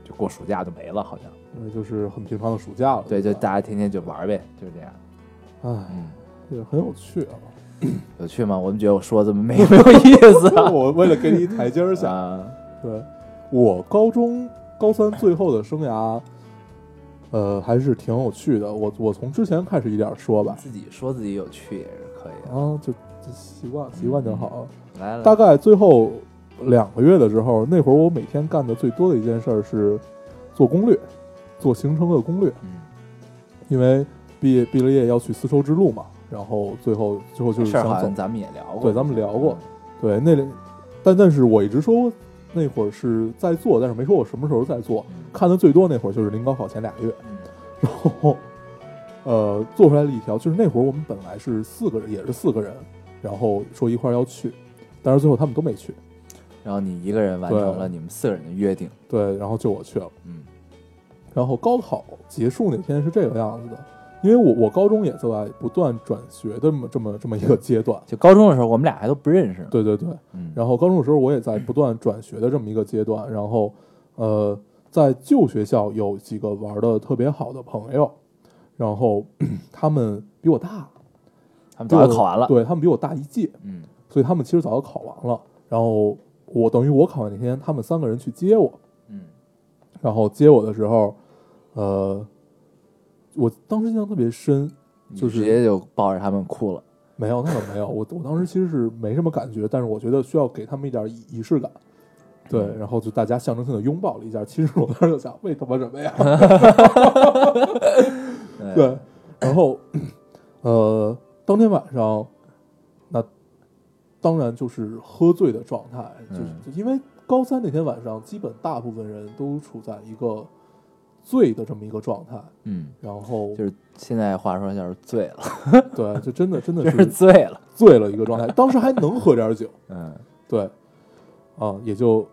[SPEAKER 2] 就过暑假就没了，好像。
[SPEAKER 1] 对，就是很平常的暑假了。
[SPEAKER 2] 对，就
[SPEAKER 1] 吧
[SPEAKER 2] 大家天天就玩呗，就是这样。
[SPEAKER 1] 哎，
[SPEAKER 2] 嗯，
[SPEAKER 1] 这个很有趣啊。
[SPEAKER 2] 有趣吗？我们觉得我说的这么没没有意思 啊。
[SPEAKER 1] 我为了给你一台阶儿下，
[SPEAKER 2] 啊
[SPEAKER 1] 对我高中高三最后的生涯，呃，还是挺有趣的。我我从之前开始一点儿说吧，
[SPEAKER 2] 自己说自己有趣也是可以的。
[SPEAKER 1] 啊，就就习惯习惯就好。
[SPEAKER 2] 来来，
[SPEAKER 1] 大概最后两个月的时候，那会儿我每天干的最多的一件事儿是做攻略，做行程的攻略，
[SPEAKER 2] 嗯，
[SPEAKER 1] 因为毕业毕了业要去丝绸之路嘛，然后最后最后就
[SPEAKER 2] 这
[SPEAKER 1] 是
[SPEAKER 2] 事儿好
[SPEAKER 1] 想走
[SPEAKER 2] 像咱们也聊过，
[SPEAKER 1] 对咱们聊过对那里，但但是我一直说那会儿是在做，但是没说我什么时候在做。
[SPEAKER 2] 嗯。
[SPEAKER 1] 看的最多那会儿就是临高考前俩月，
[SPEAKER 2] 嗯
[SPEAKER 1] 然后呃做出来了一条，就是那会儿我们本来是四个人，也是四个人，然后说一块儿要去，但是最后他们都没去，
[SPEAKER 2] 然后你一个人完成了你们四个人的约定，
[SPEAKER 1] 对，然后就我去了。
[SPEAKER 2] 嗯
[SPEAKER 1] 然后高考结束那天是这个样子的，因为我我高中也在不断转学的这么这么这么一个阶段，
[SPEAKER 2] 就高中的时候我们俩还都不认识呢，
[SPEAKER 1] 对对对，
[SPEAKER 2] 嗯，
[SPEAKER 1] 然后高中的时候，我也在不断转学的这么一个阶段。然后，呃，在旧学校有几个玩的特别好的朋友，然后 他们比我大，
[SPEAKER 2] 他们早就考完了，
[SPEAKER 1] 对他们比我大一届，
[SPEAKER 2] 嗯，
[SPEAKER 1] 所以他们其实早就考完了。然后我等于我考完那天，他们三个人去接我，
[SPEAKER 2] 嗯，
[SPEAKER 1] 然后接我的时候，呃，我当时印象特别深，
[SPEAKER 2] 你
[SPEAKER 1] 就是
[SPEAKER 2] 直接就抱着他们哭了，
[SPEAKER 1] 没有，那倒没有。我我当时其实是没什么感觉，但是我觉得需要给他们一点仪仪式感。对，
[SPEAKER 2] 嗯
[SPEAKER 1] 然后就大家象征性的拥抱了一下。其实我当时就想，为他妈什么呀？
[SPEAKER 2] 哎
[SPEAKER 1] 对，然后呃，当天晚上，那当然就是喝醉的状态，就是、
[SPEAKER 2] 嗯
[SPEAKER 1] 就因为高三那天晚上，基本大部分人都处在一个醉的这么一个状态。
[SPEAKER 2] 嗯，
[SPEAKER 1] 然后
[SPEAKER 2] 就是现在话说就是醉了，
[SPEAKER 1] 对，就真的真的
[SPEAKER 2] 就是
[SPEAKER 1] 是
[SPEAKER 2] 醉了，
[SPEAKER 1] 醉了一个状态。当时还能喝点酒，
[SPEAKER 2] 嗯
[SPEAKER 1] 对，啊，也就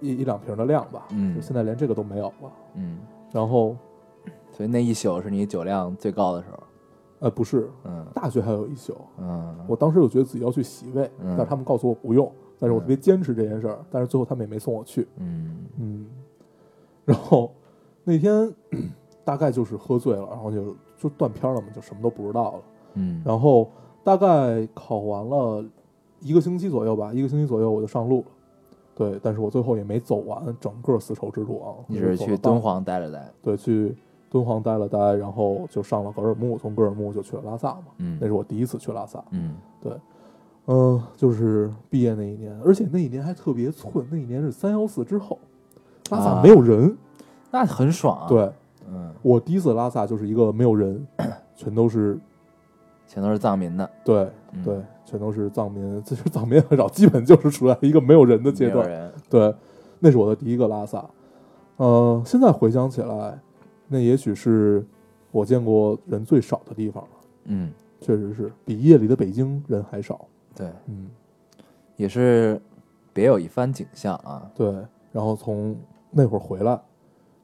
[SPEAKER 1] 一一两瓶的量吧，
[SPEAKER 2] 嗯
[SPEAKER 1] 就现在连这个都没有了。
[SPEAKER 2] 嗯，
[SPEAKER 1] 然后，
[SPEAKER 2] 所以那一宿是你酒量最高的时候，
[SPEAKER 1] 呃，不是，
[SPEAKER 2] 嗯
[SPEAKER 1] 大学还有一宿，
[SPEAKER 2] 嗯，
[SPEAKER 1] 我当时就觉得自己要去洗胃，
[SPEAKER 2] 嗯
[SPEAKER 1] 但是他们告诉我不用，但是我
[SPEAKER 2] 嗯
[SPEAKER 1] 特别坚持这件事儿，但是最后他们也没送我去，
[SPEAKER 2] 嗯
[SPEAKER 1] 嗯，然后那天 大概就是喝醉了，然后就就断片儿了嘛，就什么都不知道了，
[SPEAKER 2] 嗯，
[SPEAKER 1] 然后大概考完了一个星期左右吧，一个星期左右我就上路了。对，但是我最后也没走完整个丝绸之路啊。
[SPEAKER 2] 你
[SPEAKER 1] 我
[SPEAKER 2] 是
[SPEAKER 1] 走
[SPEAKER 2] 去
[SPEAKER 1] 了半
[SPEAKER 2] 敦煌待了待，
[SPEAKER 1] 对，去敦煌待了待，然后就上了格尔木，从格尔木就去了拉萨嘛。
[SPEAKER 2] 嗯
[SPEAKER 1] 那是我第一次去拉萨，
[SPEAKER 2] 嗯
[SPEAKER 1] 嗯、就是毕业那一年，而且那一年还特别寸，那一年是三幺四之后，拉萨
[SPEAKER 2] 啊
[SPEAKER 1] 没有人。
[SPEAKER 2] 那很爽啊，，
[SPEAKER 1] 对
[SPEAKER 2] 嗯，
[SPEAKER 1] 我第一次拉萨就是一个没有人，全都是
[SPEAKER 2] 全都是藏民的，
[SPEAKER 1] 对
[SPEAKER 2] 嗯
[SPEAKER 1] 对，全都是藏民，这是藏民很少，基本就是处在一个没有人的
[SPEAKER 2] 没
[SPEAKER 1] 阶
[SPEAKER 2] 有
[SPEAKER 1] 段。
[SPEAKER 2] 人，
[SPEAKER 1] 对，那是我的第一个拉萨。呃，现在回想起来，那也许是我见过人最少的地方了。
[SPEAKER 2] 嗯，
[SPEAKER 1] 确实是比夜里的北京人还少。
[SPEAKER 2] 对，
[SPEAKER 1] 嗯，
[SPEAKER 2] 也是别有一番景象啊，
[SPEAKER 1] 对。然后从那会儿回来，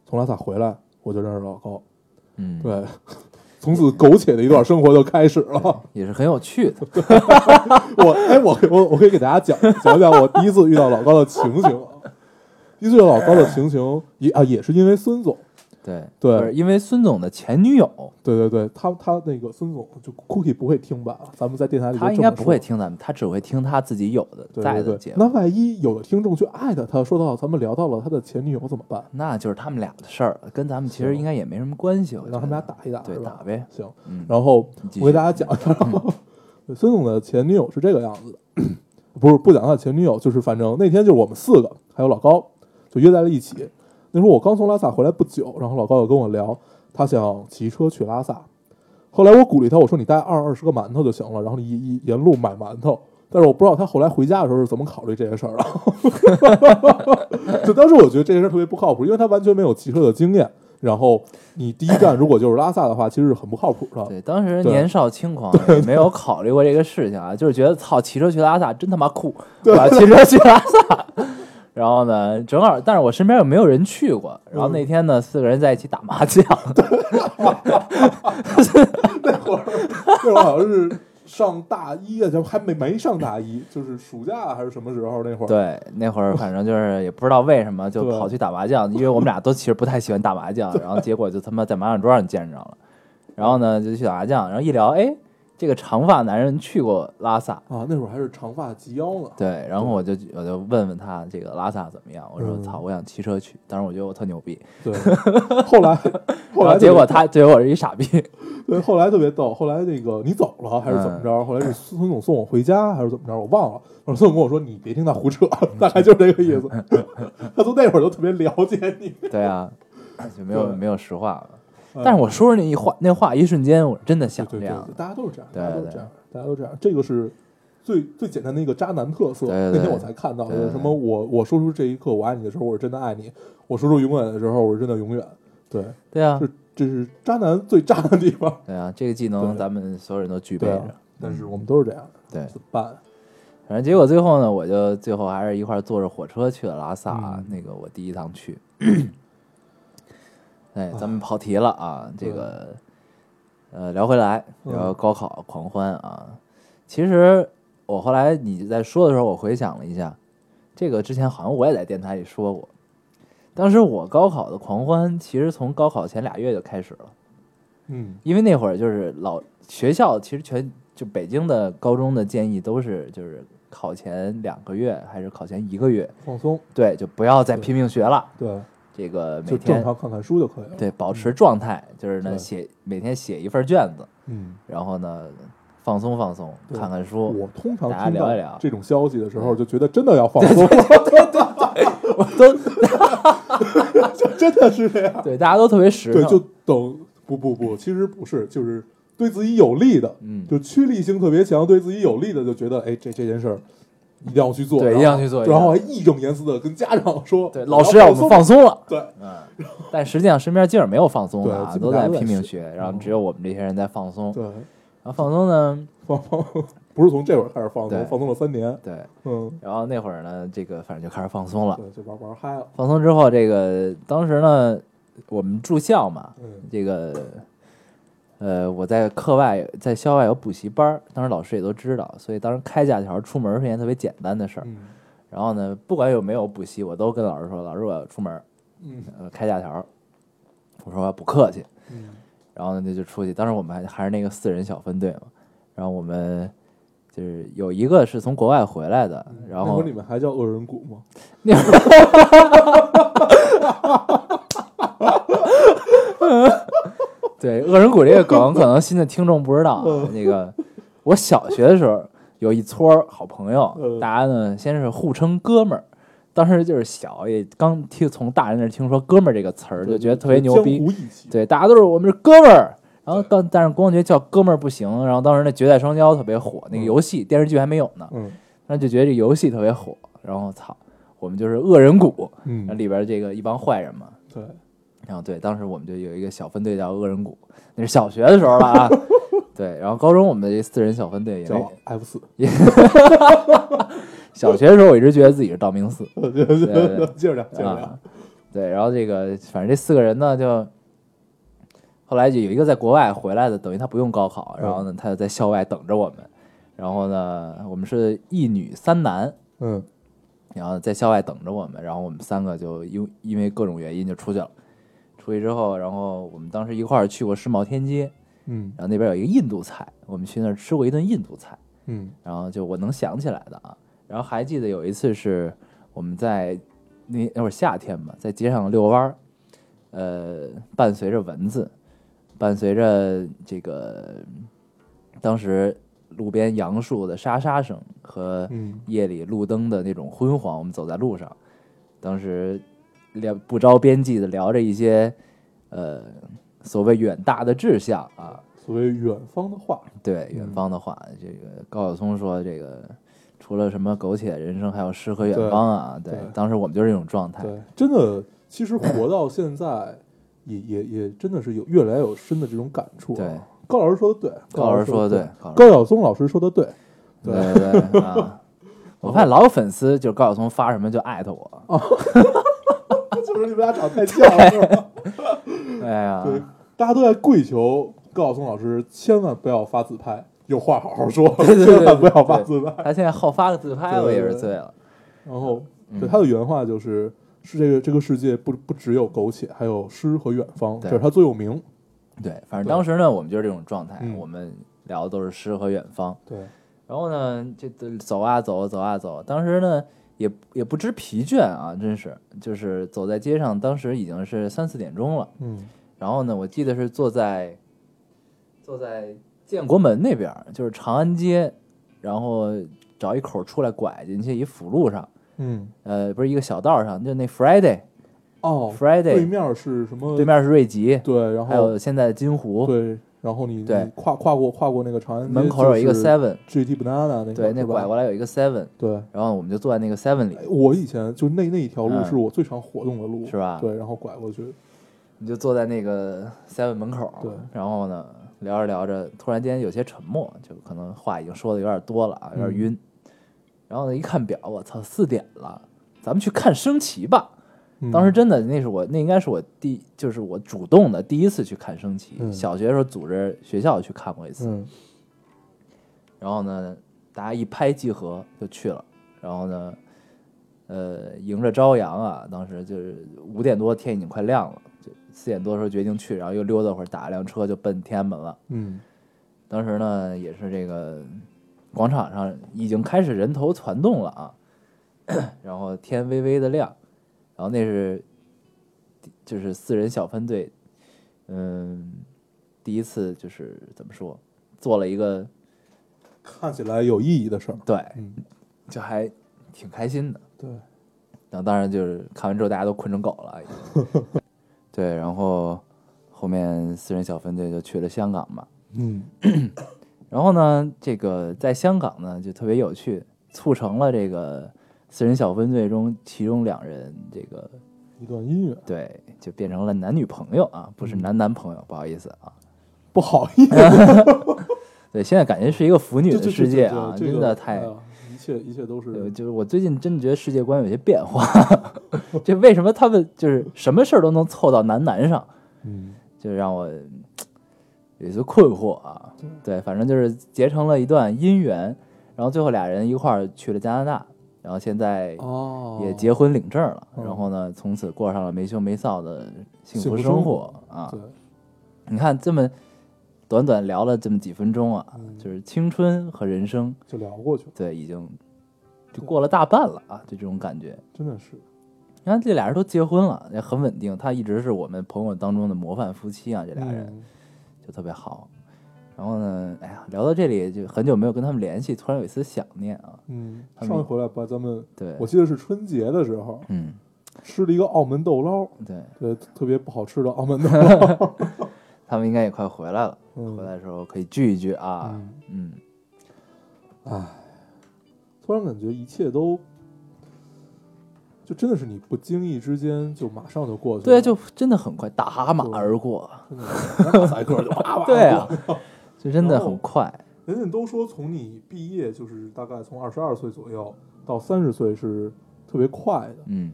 [SPEAKER 1] 从拉萨回来，我就认识老高。
[SPEAKER 2] 嗯，，
[SPEAKER 1] 对， 从此苟且的一段生活就开始了。
[SPEAKER 2] 也是很有趣的，
[SPEAKER 1] 我哎，我我我可以给大家讲讲讲我第一次遇到老高的情形啊。第一次遇到老高的情形也啊也是因为孙总，
[SPEAKER 2] 对
[SPEAKER 1] 对
[SPEAKER 2] 不是因为孙总的前女友，
[SPEAKER 1] 对对对，他他那个孙总就 Cookie 不会听吧？咱们在电台里就
[SPEAKER 2] 他应
[SPEAKER 1] 这
[SPEAKER 2] 该
[SPEAKER 1] 么
[SPEAKER 2] 不会
[SPEAKER 1] 说。
[SPEAKER 2] 听咱们，他只会听他自己有的
[SPEAKER 1] 对
[SPEAKER 2] 在
[SPEAKER 1] 对
[SPEAKER 2] 的
[SPEAKER 1] 对
[SPEAKER 2] 节，
[SPEAKER 1] 那
[SPEAKER 2] 目，
[SPEAKER 1] 万一有的听众去艾特他，说到咱们聊到了他的前女友怎么办？
[SPEAKER 2] 那就是他们俩的事儿，跟咱们其实应该也没什么关系。我觉
[SPEAKER 1] 让他们
[SPEAKER 2] 得
[SPEAKER 1] 俩打一打，
[SPEAKER 2] 对
[SPEAKER 1] 是吧
[SPEAKER 2] 打呗，
[SPEAKER 1] 行，
[SPEAKER 2] 嗯，
[SPEAKER 1] 然后
[SPEAKER 2] 你继续嗯
[SPEAKER 1] 我给大家讲一下，孙总的前女友是这个样子的， 不是不讲他的前女友，就是反正那天就是我们四个还有老高就约在了一起。那时候我刚从拉萨回来不久，然后老高又跟我聊，他想骑车去拉萨。后来我鼓励他，我说你带二二十个馒头就行了，然后你一一沿路买馒头。但是我不知道他后来回家的时候是 怎么考虑这件事儿的。就当时我觉得这件事儿特别不靠谱，因为他完全没有骑车的经验。然后你第一站如果就是拉萨的话，其实是很不靠谱的。
[SPEAKER 2] 对，当时
[SPEAKER 1] 对
[SPEAKER 2] 年少轻狂，也没有考虑过这个事情啊，就是觉得操，骑车去拉萨真他妈酷，我要骑车去拉萨。然后呢，正好，但是我身边又没有人去过。然
[SPEAKER 1] 嗯
[SPEAKER 2] 后那天呢，四个人在一起打麻 将，
[SPEAKER 1] 那会儿好像是上大一啊，就还没没上大一，就是暑假还是什么时候那会儿。
[SPEAKER 2] 对，那会儿反正就是也不知道为什么就
[SPEAKER 1] 对
[SPEAKER 2] 跑去打麻将，因为我们俩都其实不太喜欢打麻将，然后结果就他妈在麻将桌上见着了，然后呢就去打麻将，然后一聊，哎，这个长发男人去过拉萨，
[SPEAKER 1] 啊，那会儿还是长发及腰呢。
[SPEAKER 2] 对，然后我就我就问问他这个拉萨怎么样，我说
[SPEAKER 1] 嗯
[SPEAKER 2] 操，我想骑车去，当时我觉得我特牛逼，
[SPEAKER 1] 对， 后来后
[SPEAKER 2] 然
[SPEAKER 1] 来
[SPEAKER 2] 后结果他结果是一傻逼，
[SPEAKER 1] 对，后来特别逗。后来那个你走了还是怎么
[SPEAKER 2] 嗯
[SPEAKER 1] 着？后来是孙总送我回家还是怎么着？我忘了。然后孙总跟我说：“你别听他胡扯， 大概就是这个 意思。”他从那会儿就特别了解你。
[SPEAKER 2] 对啊，就没有
[SPEAKER 1] 对
[SPEAKER 2] 没有实话了。
[SPEAKER 1] 嗯
[SPEAKER 2] 但是我说出那一话那话一瞬间，我真的想
[SPEAKER 1] 对
[SPEAKER 2] 这
[SPEAKER 1] 对
[SPEAKER 2] 样
[SPEAKER 1] 对，，大家都是这样，
[SPEAKER 2] 对
[SPEAKER 1] 大家都是这样，大家都这样。这个是最最简单的一个渣男特色。
[SPEAKER 2] 对对
[SPEAKER 1] 那天
[SPEAKER 2] 对
[SPEAKER 1] 我才看到，
[SPEAKER 2] 对
[SPEAKER 1] 就是
[SPEAKER 2] 对
[SPEAKER 1] 什
[SPEAKER 2] 对
[SPEAKER 1] 么我我说出这一刻我爱你的时候，我是真的爱你；我说出永远的时候，我是真的永远。对，
[SPEAKER 2] 对啊
[SPEAKER 1] 这，这是渣男最渣的地方。
[SPEAKER 2] 对啊，这个技能
[SPEAKER 1] 对
[SPEAKER 2] 咱们所有人都具备
[SPEAKER 1] 对啊
[SPEAKER 2] 着，
[SPEAKER 1] 但是我们都是这样，
[SPEAKER 2] 嗯对。
[SPEAKER 1] 怎么办？
[SPEAKER 2] 反正结果最后呢，我就最后还是一块儿坐着火车去了拉萨啊、
[SPEAKER 1] 嗯
[SPEAKER 2] 那个我第一趟去。 哎，咱们跑题了啊，这个呃聊回来
[SPEAKER 1] 嗯
[SPEAKER 2] 聊高考狂欢啊。其实我后来你在说的时候，我回想了一下，这个之前好像我也在电台里说过。当时我高考的狂欢，其实从高考前俩月就开始了，
[SPEAKER 1] 嗯
[SPEAKER 2] 因为那会儿就是老学校，其实全就北京的高中的建议都是就是考前两个月还是考前一个月，
[SPEAKER 1] 放松，
[SPEAKER 2] 对，就不要再
[SPEAKER 1] 对
[SPEAKER 2] 拼命学了，
[SPEAKER 1] 对，
[SPEAKER 2] 这个每
[SPEAKER 1] 就正
[SPEAKER 2] 天
[SPEAKER 1] 常看看书就可以了。，
[SPEAKER 2] 对保持状态，就是呢
[SPEAKER 1] 对
[SPEAKER 2] 写每天写一份卷子，
[SPEAKER 1] 嗯，
[SPEAKER 2] 然后呢放松放松，
[SPEAKER 1] 对
[SPEAKER 2] 看看
[SPEAKER 1] 我
[SPEAKER 2] 书，
[SPEAKER 1] 通常
[SPEAKER 2] 大家
[SPEAKER 1] 听
[SPEAKER 2] 聊一聊嗯
[SPEAKER 1] 到这种消息的时候，就觉得真的要放松，
[SPEAKER 2] 我都
[SPEAKER 1] 就真的是这样。
[SPEAKER 2] 对大家都特别实
[SPEAKER 1] 对，就
[SPEAKER 2] 诚，
[SPEAKER 1] 等不不不，其实不是，就是对自己有利的，
[SPEAKER 2] 嗯
[SPEAKER 1] 就趋利性特别强，对自己有利的就觉得，哎，这这件事儿一定要去做，
[SPEAKER 2] 对一
[SPEAKER 1] 然后
[SPEAKER 2] 定要去做
[SPEAKER 1] 然后还义正言辞的跟家长说，
[SPEAKER 2] 对
[SPEAKER 1] 我
[SPEAKER 2] 老师让我们
[SPEAKER 1] 松
[SPEAKER 2] 放松了。
[SPEAKER 1] 对，
[SPEAKER 2] 嗯，但实际上身边劲儿没有放松的啊，
[SPEAKER 1] 对基
[SPEAKER 2] 都
[SPEAKER 1] 本
[SPEAKER 2] 在
[SPEAKER 1] 大家都在
[SPEAKER 2] 拼命
[SPEAKER 1] 学
[SPEAKER 2] 学，然后只有我们这些人在放松。
[SPEAKER 1] 嗯对，
[SPEAKER 2] 然后放松呢，
[SPEAKER 1] 放放 不是从这会儿开始放
[SPEAKER 2] 对
[SPEAKER 1] 松，放松了三年，
[SPEAKER 2] 对，
[SPEAKER 1] 嗯，
[SPEAKER 2] 然后那会儿呢，这个反正就开始放松了。
[SPEAKER 1] 对，就玩玩嗨了，
[SPEAKER 2] 放松之后，这个当时呢，我们住校嘛，
[SPEAKER 1] 嗯
[SPEAKER 2] 这个呃，我在课外在校外有补习班儿，当时老师也都知道，所以当时开假条出门儿是一件特别简单的事儿。
[SPEAKER 1] 嗯
[SPEAKER 2] 然后呢，不管有没有补习，我都跟老师说，老师我要出门儿，
[SPEAKER 1] 嗯
[SPEAKER 2] 呃，开假条儿，我说我要补课去。
[SPEAKER 1] 嗯
[SPEAKER 2] 然后呢，那就出去。当时我们还还是那个四人小分队嘛，然后我们就是有一个是从国外回来的，然
[SPEAKER 1] 那会
[SPEAKER 2] 后
[SPEAKER 1] 儿你们还叫恶人谷吗？
[SPEAKER 2] 那会儿，对恶人谷这个 梗，可能新的听众不知道啊。
[SPEAKER 1] 嗯
[SPEAKER 2] 那个我小学的时候有一撮儿好朋友
[SPEAKER 1] 嗯，
[SPEAKER 2] 大家呢先是互称哥们儿。当时就是小，也刚听从大人那儿听说“哥们儿”这个词儿，就觉得特别牛逼
[SPEAKER 1] 江。湖义气，
[SPEAKER 2] 对，大家都是我们是哥们儿。然后当但是光觉得叫哥们儿不行，然后当时那《绝代双骄》特别火，那个
[SPEAKER 1] 嗯
[SPEAKER 2] 游戏、电视剧还没有呢，
[SPEAKER 1] 嗯
[SPEAKER 2] 那就觉得这游戏特别火。然后操，我们就是恶人谷，那
[SPEAKER 1] 嗯，
[SPEAKER 2] 里边这个一帮坏人嘛。
[SPEAKER 1] 对，
[SPEAKER 2] 然后对，当时我们就有一个小分队叫恶人谷，那是小学的时候了啊。对，然后高中我们的这四人小分队也没
[SPEAKER 1] 叫 F 四，
[SPEAKER 2] 小学的时候我一直觉得自己是道明寺，
[SPEAKER 1] 对对
[SPEAKER 2] 对对
[SPEAKER 1] 接着聊，接着
[SPEAKER 2] 啊
[SPEAKER 1] 聊，，
[SPEAKER 2] 对，然后这个反正这四个人呢，就后来就有一个在国外回来的，等于他不用高考，然后呢，他就在校外等着我们。然后呢，我们是一女三男，
[SPEAKER 1] 嗯
[SPEAKER 2] 然后在校外等着我们。然后我们三个就因因为各种原因就出去了。出去之后，然后我们当时一块儿去过世贸天街，
[SPEAKER 1] 嗯
[SPEAKER 2] 然后那边有一个印度菜，我们去那儿吃过一顿印度菜。
[SPEAKER 1] 嗯
[SPEAKER 2] 然后就我能想起来的啊，然后还记得有一次是我们在那那会儿夏天嘛，在街上遛弯儿，呃，伴随着蚊子，伴随着这个当时路边杨树的沙沙声和
[SPEAKER 1] 嗯
[SPEAKER 2] 夜里路灯的那种昏黄，我们走在路上，当时聊不着边际的聊着一些呃所谓远大的志向啊，
[SPEAKER 1] 所谓远方的话，
[SPEAKER 2] 对远
[SPEAKER 1] 嗯
[SPEAKER 2] 方的话，这个高晓松说，这个除了什么苟且人生，还有诗和远方啊。对，
[SPEAKER 1] 对
[SPEAKER 2] 当时我们就是这种状态。
[SPEAKER 1] 对，真的，其实活到现在，也也也真的是有越来越有深的这种感触、啊。
[SPEAKER 2] 对，
[SPEAKER 1] 高老师说的对，
[SPEAKER 2] 高老师说
[SPEAKER 1] 说
[SPEAKER 2] 的
[SPEAKER 1] 得
[SPEAKER 2] 对，高
[SPEAKER 1] 高晓松老师说的对
[SPEAKER 2] 对对对啊！我发现老有粉丝就是高晓松发什么就艾特我，
[SPEAKER 1] 哦就是你们俩长得太像了，是吧？
[SPEAKER 2] 哎呀，
[SPEAKER 1] 对，大家都在跪求高晓松老师千万不要发 自拍，有话好好说，
[SPEAKER 2] 对对对
[SPEAKER 1] 千万不要发自拍。
[SPEAKER 2] 他现在好发个自拍，
[SPEAKER 1] 对
[SPEAKER 2] 我也是醉了。
[SPEAKER 1] 然后，
[SPEAKER 2] 嗯
[SPEAKER 1] 对他的原话就是：“是这个这个世界不不只有苟且，还有诗和远方。”
[SPEAKER 2] 对
[SPEAKER 1] 这是他最有名。
[SPEAKER 2] 对，反正当时呢，我们就是这种状态，
[SPEAKER 1] 嗯
[SPEAKER 2] 我们聊的都是诗和远方。
[SPEAKER 1] 对，
[SPEAKER 2] 然后呢，这这走啊走，走啊走，当时呢也也不知疲倦啊，真是就是走在街上，当时已经是三四点钟了。
[SPEAKER 1] 嗯
[SPEAKER 2] 然后呢，我记得是坐在坐在建国门那边儿，就是长安街，然后找一口出来拐进去一辅路上，
[SPEAKER 1] 嗯，
[SPEAKER 2] 呃，不是一个小道上，就那 Friday
[SPEAKER 1] 哦
[SPEAKER 2] Friday
[SPEAKER 1] 对面是什么？
[SPEAKER 2] 对面是瑞吉，
[SPEAKER 1] 对，然
[SPEAKER 2] 还
[SPEAKER 1] 后
[SPEAKER 2] 有现在的金湖，
[SPEAKER 1] 对，然后你
[SPEAKER 2] 对
[SPEAKER 1] 你跨跨过跨过那个长安街
[SPEAKER 2] 门口有一个 Seven，
[SPEAKER 1] GT Banana 那个
[SPEAKER 2] 对，那
[SPEAKER 1] 是吧
[SPEAKER 2] 拐过来有一个 Seven，
[SPEAKER 1] 对。
[SPEAKER 2] 然后我们就坐在那个 Seven 里
[SPEAKER 1] 哎，我以前就那那一条路
[SPEAKER 2] 嗯
[SPEAKER 1] 是我最常活动的路，
[SPEAKER 2] 是吧
[SPEAKER 1] 对，然后拐过去，
[SPEAKER 2] 你就坐在那个 Seven 门口，
[SPEAKER 1] 对
[SPEAKER 2] 然后呢聊着聊着，突然间有些沉默，就可能话已经说的有点多了啊，有点
[SPEAKER 1] 嗯
[SPEAKER 2] 晕。然后呢一看表，我操，四点了，咱们去看升旗吧。
[SPEAKER 1] 嗯
[SPEAKER 2] 当时真的，那是我那应该是我第就是我主动的第一次去看升旗，
[SPEAKER 1] 嗯
[SPEAKER 2] 小学的时候组织学校去看过一次，
[SPEAKER 1] 嗯
[SPEAKER 2] 然后呢大家一拍即合就去了，然后呢呃，迎着朝阳啊，当时就是五点多，天已经快亮了，就四点多的时候决定去，然后又溜达会儿，打了辆车就奔天安门了。
[SPEAKER 1] 嗯
[SPEAKER 2] 当时呢，也是这个广场上已经开始人头攒动了啊， 然后天微微的亮，然后那是就是四人小分队，嗯，第一次就是怎么说，做了一个
[SPEAKER 1] 看起来有意义的事儿。
[SPEAKER 2] 对，
[SPEAKER 1] 嗯，
[SPEAKER 2] 就还挺开心的。
[SPEAKER 1] 对，
[SPEAKER 2] 然后当然就是看完之后大家都困成狗了，已经。 对，然后后面四人小分队就去了香港嘛。
[SPEAKER 1] 嗯
[SPEAKER 2] 然后呢，这个在香港呢就特别有趣，促成了这个四人小分队中其中两人这个
[SPEAKER 1] 一段音乐，
[SPEAKER 2] 对就变成了男女朋友啊，不是男男朋友，不好意思啊。
[SPEAKER 1] 不好意 思，
[SPEAKER 2] 对，现在感觉是一个腐女
[SPEAKER 1] 这
[SPEAKER 2] 的
[SPEAKER 1] 这
[SPEAKER 2] 世界啊，
[SPEAKER 1] 这这
[SPEAKER 2] 真
[SPEAKER 1] 这个
[SPEAKER 2] 的太
[SPEAKER 1] 哎呀一切一切都是
[SPEAKER 2] 对，就是我最近真的觉得世界观有些变化， 这为什么他们就是什么事儿都能凑到男男上，
[SPEAKER 1] 嗯
[SPEAKER 2] 就让我嘖有些困惑啊。对，反正就是结成了一段姻缘，然后最后俩人一块儿去了加拿大，然后现在
[SPEAKER 1] 哦
[SPEAKER 2] 也结婚领证了，
[SPEAKER 1] 嗯
[SPEAKER 2] 然后呢，从此过上了没羞没臊的幸
[SPEAKER 1] 幸
[SPEAKER 2] 福
[SPEAKER 1] 福
[SPEAKER 2] 生
[SPEAKER 1] 生
[SPEAKER 2] 活啊
[SPEAKER 1] 对。
[SPEAKER 2] 你看这么短短聊了这么几分钟啊，
[SPEAKER 1] 嗯
[SPEAKER 2] 就是青春和人生，
[SPEAKER 1] 就聊过去了，
[SPEAKER 2] 对，已经就过了大半了啊，就这种感觉。
[SPEAKER 1] 真的是
[SPEAKER 2] 你看这俩人都结婚了，也很稳定。他一直是我们朋友当中的模范夫妻啊，这俩人、
[SPEAKER 1] 嗯
[SPEAKER 2] 就特别好。然后呢，哎呀，聊到这里就很久没有跟他们联系，突然有一丝想念啊。
[SPEAKER 1] 嗯，
[SPEAKER 2] 他们
[SPEAKER 1] 上一回来把咱们，
[SPEAKER 2] 对，
[SPEAKER 1] 我记得是春节的时候
[SPEAKER 2] 嗯，
[SPEAKER 1] 吃了一个澳门豆捞，
[SPEAKER 2] 对
[SPEAKER 1] 对，特别不好吃的澳门豆 捞，
[SPEAKER 2] 他们应该也快回来了，
[SPEAKER 1] 嗯
[SPEAKER 2] 回来的时候可以聚一聚啊。嗯
[SPEAKER 1] 唉，突然感觉一切都，就真的是你不经意之间就马上就过去了，
[SPEAKER 2] 对，啊就真的很快，打哈马而过。
[SPEAKER 1] 真的是那大宰客就哇哇，
[SPEAKER 2] 对啊，就真的很
[SPEAKER 1] 哦
[SPEAKER 2] 快。
[SPEAKER 1] 人家都说从你毕业就是大概从二十二岁左右到三十岁是特别快的，
[SPEAKER 2] 嗯，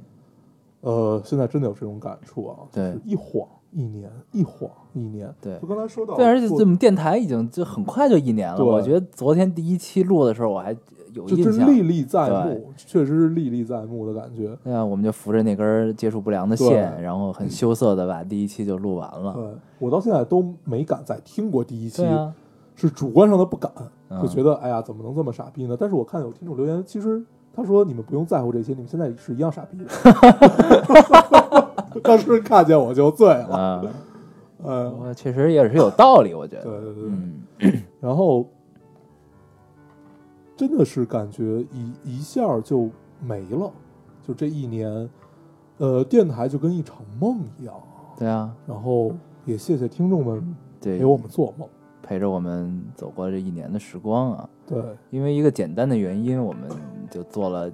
[SPEAKER 1] 呃，现在真的有这种感触啊，
[SPEAKER 2] 对
[SPEAKER 1] 就是一晃一年，一晃一年，
[SPEAKER 2] 对
[SPEAKER 1] 就刚才说到，
[SPEAKER 2] 对，而且
[SPEAKER 1] 这
[SPEAKER 2] 这么电台已经就很快就一年了。
[SPEAKER 1] 对
[SPEAKER 2] 我觉得昨天第一期录的时候，我还有
[SPEAKER 1] 就
[SPEAKER 2] 印
[SPEAKER 1] 真
[SPEAKER 2] 象。
[SPEAKER 1] 历历在
[SPEAKER 2] 对
[SPEAKER 1] 目，确实是历历在目的感觉，
[SPEAKER 2] 对啊，我们就扶着那根儿接触不良的
[SPEAKER 1] 对嗯
[SPEAKER 2] 线，然后很羞涩的把第一期就录完了。
[SPEAKER 1] 对我到现在都没敢再听过第一期，
[SPEAKER 2] 对啊，
[SPEAKER 1] 是主观上的不敢，
[SPEAKER 2] 嗯
[SPEAKER 1] 就觉得哎呀，怎么能这么傻逼呢？但是我看有听众留言，其实他说你们不用在乎这些，你们现在是一样傻逼的。 当时看见我就醉了，
[SPEAKER 2] 啊，
[SPEAKER 1] 嗯，
[SPEAKER 2] 我确实也是有道理，我觉
[SPEAKER 1] 对
[SPEAKER 2] 得。
[SPEAKER 1] 对对，
[SPEAKER 2] 嗯，
[SPEAKER 1] 然后真的是感觉一一下就没了，就这一年，呃，电台就跟一场梦一样。
[SPEAKER 2] 对啊，
[SPEAKER 1] 然后也谢谢听众们
[SPEAKER 2] 对
[SPEAKER 1] 给，我们做梦，
[SPEAKER 2] 陪着我们走过这一年的时光啊。
[SPEAKER 1] 对，
[SPEAKER 2] 因为一个简单的原因，我们就做了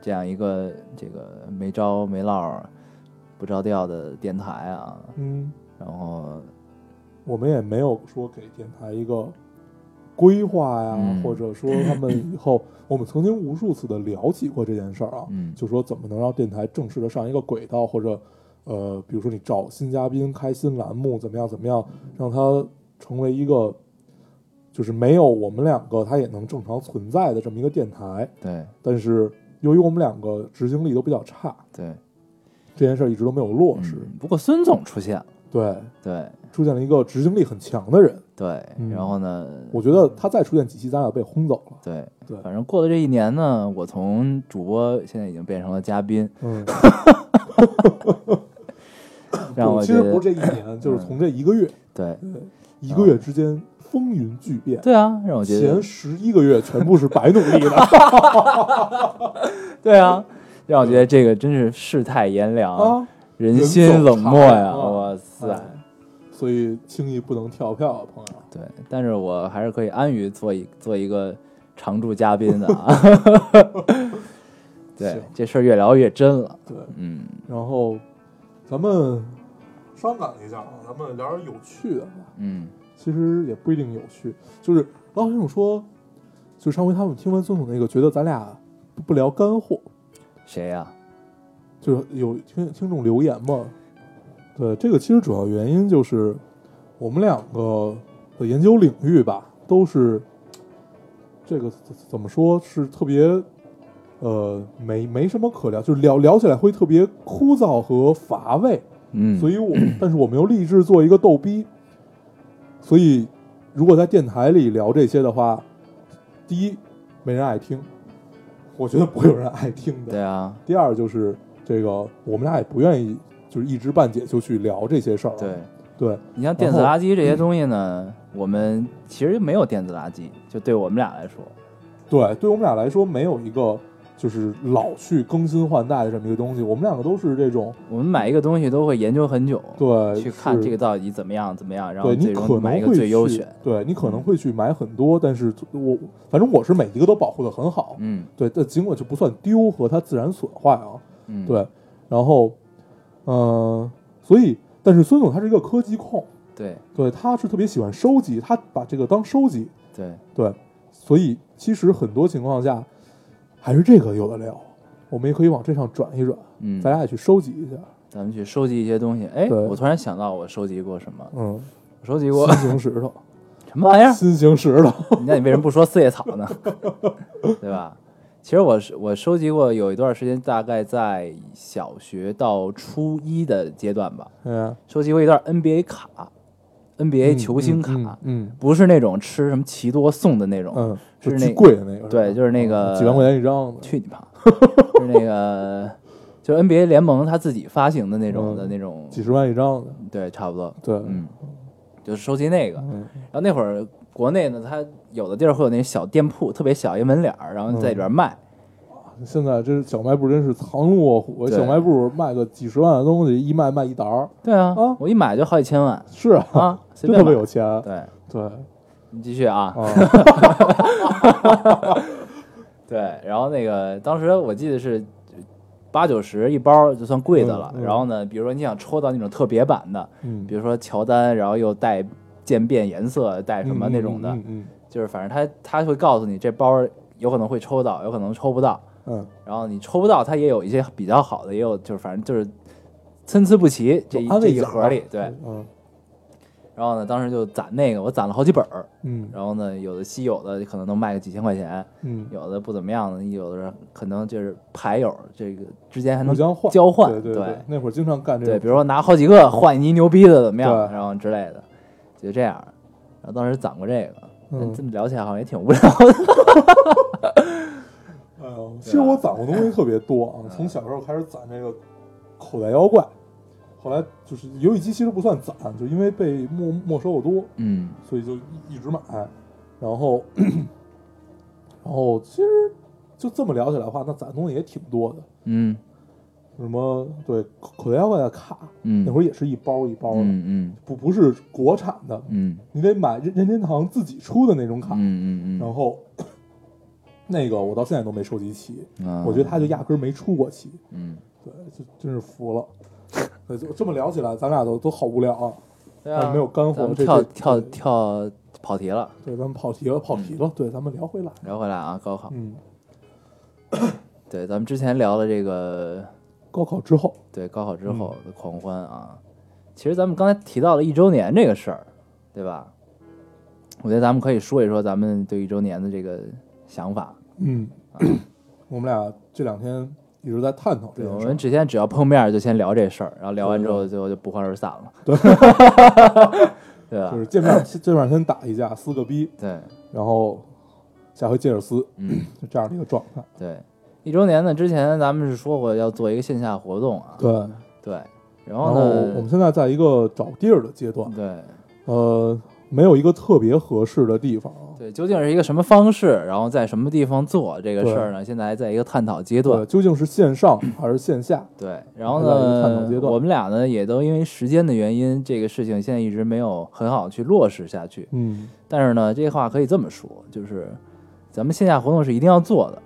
[SPEAKER 2] 这样一个这个没招没落儿、不着调的电台啊。
[SPEAKER 1] 嗯，
[SPEAKER 2] 然后，
[SPEAKER 1] 我们也没有说给电台一个规划呀，
[SPEAKER 2] 嗯
[SPEAKER 1] 或者说他们以后，我们曾经无数次的聊起过这件事儿啊，
[SPEAKER 2] 嗯，
[SPEAKER 1] 就说怎么能让电台正式的上一个轨道，或者呃，比如说你找新嘉宾开新栏目，怎么样怎么样，让它成为一个就是没有我们两个它也能正常存在的这么一个电台，
[SPEAKER 2] 对
[SPEAKER 1] 但是由于我们两个执行力都比较差，
[SPEAKER 2] 对，
[SPEAKER 1] 这件事儿一直都没有落实，
[SPEAKER 2] 嗯不过孙总出现了，
[SPEAKER 1] 对，
[SPEAKER 2] 对
[SPEAKER 1] 出现了一个执行力很强的人，
[SPEAKER 2] 对，
[SPEAKER 1] 嗯
[SPEAKER 2] 然后呢，
[SPEAKER 1] 我觉得他再出现几期，咱俩被轰走了。
[SPEAKER 2] 对
[SPEAKER 1] 对
[SPEAKER 2] 反正过了这一年呢，我从主播现在已经变成了嘉宾，
[SPEAKER 1] 嗯，
[SPEAKER 2] 让我
[SPEAKER 1] 其
[SPEAKER 2] 觉
[SPEAKER 1] 实
[SPEAKER 2] 得
[SPEAKER 1] 不是这一年，就是从这一个月，
[SPEAKER 2] 对
[SPEAKER 1] 对，一个月之间风云巨变，
[SPEAKER 2] 对啊，让我觉
[SPEAKER 1] 前
[SPEAKER 2] 得
[SPEAKER 1] 十一个月全部是白努 力的
[SPEAKER 2] 对啊，让我觉得这个真是世态炎凉，
[SPEAKER 1] 啊，
[SPEAKER 2] 人心冷漠
[SPEAKER 1] 人
[SPEAKER 2] 呀，
[SPEAKER 1] 走茶
[SPEAKER 2] 哇、
[SPEAKER 1] 凉
[SPEAKER 2] 塞、
[SPEAKER 1] 哎所以轻易不能跳票啊，朋友。
[SPEAKER 2] 对，但是我还是可以安于做一做一个常驻嘉宾的 啊。对
[SPEAKER 1] 行，
[SPEAKER 2] 这事儿越聊越真了，
[SPEAKER 1] 对，
[SPEAKER 2] 嗯，
[SPEAKER 1] 然后咱们伤感一下啊，咱们聊点有趣的吧。
[SPEAKER 2] 嗯，
[SPEAKER 1] 其实也不一定有趣。就是老先生说，就上回他们听完孙总那个，觉得咱俩不不聊干货，
[SPEAKER 2] 谁呀、
[SPEAKER 1] 就是有听听众留言嘛。对，这个其实主要原因就是我们两个的研究领域吧，都是这个怎怎么说是特别呃，没没什么可聊，就是聊聊起来会特别枯燥和乏味。
[SPEAKER 2] 嗯，
[SPEAKER 1] 所以我，但是我们又立志做一个逗逼，所以如果在电台里聊这些的话，第一没人爱听，我觉得不会有人爱听的。
[SPEAKER 2] 对啊，
[SPEAKER 1] 第二就是这个，我们俩也不愿意就是一知半解就去聊这些事儿了。
[SPEAKER 2] 对。
[SPEAKER 1] 对
[SPEAKER 2] 你像电子垃圾这些东西呢，我们其实没有电子垃圾，就对我们俩来说，
[SPEAKER 1] 对，对我们俩来说没有一个就是老去更新换代的这么一个东西，我们两个都是这种
[SPEAKER 2] 我们买一个东西都会研究很久，
[SPEAKER 1] 对
[SPEAKER 2] 去看
[SPEAKER 1] 是
[SPEAKER 2] 这个到底怎么样怎么样，然后
[SPEAKER 1] 对你
[SPEAKER 2] 最
[SPEAKER 1] 可
[SPEAKER 2] 终买一个
[SPEAKER 1] 能会
[SPEAKER 2] 最优
[SPEAKER 1] 去
[SPEAKER 2] 选。嗯
[SPEAKER 1] 对你可能会去买很多，但是我反正我是每一个都保护的很好，
[SPEAKER 2] 嗯
[SPEAKER 1] 对，但尽管就不算丢和它自然损坏啊，
[SPEAKER 2] 嗯，
[SPEAKER 1] 对，然后，呃，所以，但是孙总他是一个科技控，
[SPEAKER 2] 对
[SPEAKER 1] 对，他是特别喜欢收集，他把这个当收集，
[SPEAKER 2] 对，
[SPEAKER 1] 对，所以其实很多情况下还是这个有的聊，我们也可以往这上转一转，
[SPEAKER 2] 嗯，
[SPEAKER 1] 咱俩也去收集一下，
[SPEAKER 2] 咱们去收集一些东西。哎，
[SPEAKER 1] 对
[SPEAKER 2] 我突然想到，我收集过什么？
[SPEAKER 1] 嗯，
[SPEAKER 2] 我哎收集过
[SPEAKER 1] 新 型石头，
[SPEAKER 2] 什么玩意儿？
[SPEAKER 1] 新型石头，
[SPEAKER 2] 那你为什么不说四叶草 呢？对吧？其实我是我收集过有一段时间，大概在小学到初一的阶段吧，
[SPEAKER 1] 嗯，
[SPEAKER 2] 收集过一段 NBA 卡，NBA
[SPEAKER 1] 嗯
[SPEAKER 2] 球星卡，
[SPEAKER 1] 嗯嗯
[SPEAKER 2] 不是那种吃什么奇多送的那种，
[SPEAKER 1] 嗯，就是
[SPEAKER 2] 那
[SPEAKER 1] 巨贵的那个，
[SPEAKER 2] 对就是那个
[SPEAKER 1] 嗯几万块钱一张的，
[SPEAKER 2] 去你妈！ 就是那个，就是 NBA 联盟他自己发行的那种
[SPEAKER 1] 嗯
[SPEAKER 2] 的那种，
[SPEAKER 1] 几十万一张的，
[SPEAKER 2] 对，差不多，
[SPEAKER 1] 对，
[SPEAKER 2] 嗯，就是收集那个。
[SPEAKER 1] 嗯
[SPEAKER 2] 然后那会儿国内呢，它有的地儿会有那小店铺，特别小一门脸儿，然
[SPEAKER 1] 嗯
[SPEAKER 2] 后在里边卖。
[SPEAKER 1] 现在这小卖部真是藏龙卧虎，
[SPEAKER 2] 对
[SPEAKER 1] 小卖部卖个几十万的东西，一卖卖一沓儿，
[SPEAKER 2] 对啊，
[SPEAKER 1] 啊
[SPEAKER 2] 我一买就好几千 万
[SPEAKER 1] 是啊，
[SPEAKER 2] 啊，随
[SPEAKER 1] 真
[SPEAKER 2] 便买
[SPEAKER 1] 特别。有钱，
[SPEAKER 2] 对，
[SPEAKER 1] 对
[SPEAKER 2] 你继续啊。
[SPEAKER 1] 啊，
[SPEAKER 2] 对，然后那个当时我记得是八九十一包，就算贵的了。
[SPEAKER 1] 嗯嗯
[SPEAKER 2] 然后呢，比如说你想抽到那种特 别版的，
[SPEAKER 1] 嗯
[SPEAKER 2] 比，如说乔丹，然后又带渐变颜色，带什么那种的，
[SPEAKER 1] 嗯嗯
[SPEAKER 2] 就是反正他他会告诉你这包有可能会抽到，有可能抽不到。
[SPEAKER 1] 嗯，
[SPEAKER 2] 然后你抽不到，它也有一些比较好的，也有就是反正就是参差不齐这一
[SPEAKER 1] 安
[SPEAKER 2] 这
[SPEAKER 1] 慰
[SPEAKER 2] 一
[SPEAKER 1] 奖
[SPEAKER 2] 盒里。对，
[SPEAKER 1] 嗯
[SPEAKER 2] 然后呢，当时就攒那个，我攒了好几本儿。
[SPEAKER 1] 嗯
[SPEAKER 2] 然后呢，有的稀有的可能能卖个几千块钱，
[SPEAKER 1] 嗯，
[SPEAKER 2] 有的不怎么样的，有的人可能就是牌友这个之间还能
[SPEAKER 1] 互相换
[SPEAKER 2] 交换，
[SPEAKER 1] 对对对，那会儿经常干
[SPEAKER 2] 对
[SPEAKER 1] 这
[SPEAKER 2] 比
[SPEAKER 1] 个，
[SPEAKER 2] 如说拿好几个换一牛逼的怎么样，
[SPEAKER 1] 对
[SPEAKER 2] 然后之类的，就这样。然后当时攒过这个，但
[SPEAKER 1] 嗯
[SPEAKER 2] 这么聊起来好像也挺无聊的。
[SPEAKER 1] 哎呦，其实我攒过东西特别多啊，从小时候开始攒这个口袋妖怪，后来就是游戏机其实不算攒，就因为被没没收的多，
[SPEAKER 2] 嗯
[SPEAKER 1] 所以就一一直买，然后， 然后其实就这么聊起来的话，那攒东西也挺多的，
[SPEAKER 2] 嗯
[SPEAKER 1] 什么对口口袋妖怪的卡，
[SPEAKER 2] 嗯，
[SPEAKER 1] 那会儿也是一包一包的，
[SPEAKER 2] 嗯嗯
[SPEAKER 1] 不不是国产的，
[SPEAKER 2] 嗯
[SPEAKER 1] 你得买任任天堂自己出的那种卡，
[SPEAKER 2] 嗯嗯
[SPEAKER 1] 然后 那个我到现在都没收集齐，
[SPEAKER 2] 嗯，
[SPEAKER 1] 我觉得他就压根儿没出过齐，
[SPEAKER 2] 嗯，
[SPEAKER 1] 对，就真是服了。对，就这么聊起来，咱俩都都好无聊啊！
[SPEAKER 2] 对
[SPEAKER 1] 但
[SPEAKER 2] 啊，
[SPEAKER 1] 是没有干货
[SPEAKER 2] 咱们
[SPEAKER 1] 这
[SPEAKER 2] 跳
[SPEAKER 1] 这
[SPEAKER 2] 跳嗯跳跑题了，
[SPEAKER 1] 对，咱们跑题了，跑题了。对，咱们聊回来。
[SPEAKER 2] 聊回来啊，高考。
[SPEAKER 1] 嗯，
[SPEAKER 2] 对，咱们之前聊了这个
[SPEAKER 1] 高考之后，
[SPEAKER 2] 对高考之后
[SPEAKER 1] 嗯
[SPEAKER 2] 的狂欢啊，其实咱们刚才提到了一周年这个事儿，对吧？我觉得咱们可以说一说咱们对一周年的这个想法。
[SPEAKER 1] 嗯，
[SPEAKER 2] 啊
[SPEAKER 1] 我们俩这两天一直在探讨这
[SPEAKER 2] 对，我
[SPEAKER 1] 件事
[SPEAKER 2] 们
[SPEAKER 1] 儿。
[SPEAKER 2] 之前只要碰面儿就先聊这事儿，然后聊完之后就就不欢而散了。 对，吧
[SPEAKER 1] 就？是见面见面先打一架，撕个逼，
[SPEAKER 2] 对，
[SPEAKER 1] 然后下回接着撕，
[SPEAKER 2] 嗯，
[SPEAKER 1] 就这样的一个状态。
[SPEAKER 2] 对。一周年呢，之前咱们是说过要做一个线下活动啊，
[SPEAKER 1] 对，
[SPEAKER 2] 对，然
[SPEAKER 1] 然后
[SPEAKER 2] 后呢，
[SPEAKER 1] 我们现在在一个找地儿的阶段，
[SPEAKER 2] 对
[SPEAKER 1] 呃，没有一个特别合适的地方啊。
[SPEAKER 2] 对，究竟是一个什么方式，然后在什么地方做这个事儿呢？现在还在一个探讨阶
[SPEAKER 1] 对，
[SPEAKER 2] 段。
[SPEAKER 1] 究竟是线上还是线下？
[SPEAKER 2] 对，然后
[SPEAKER 1] 还在一个探讨
[SPEAKER 2] 呢
[SPEAKER 1] 阶，段
[SPEAKER 2] 我们俩呢也都因为时间的原因，这个事情现在一直没有很好去落实下去。
[SPEAKER 1] 嗯，
[SPEAKER 2] 但是呢，这话可以这么说，就是咱们线下活动是一定要做的，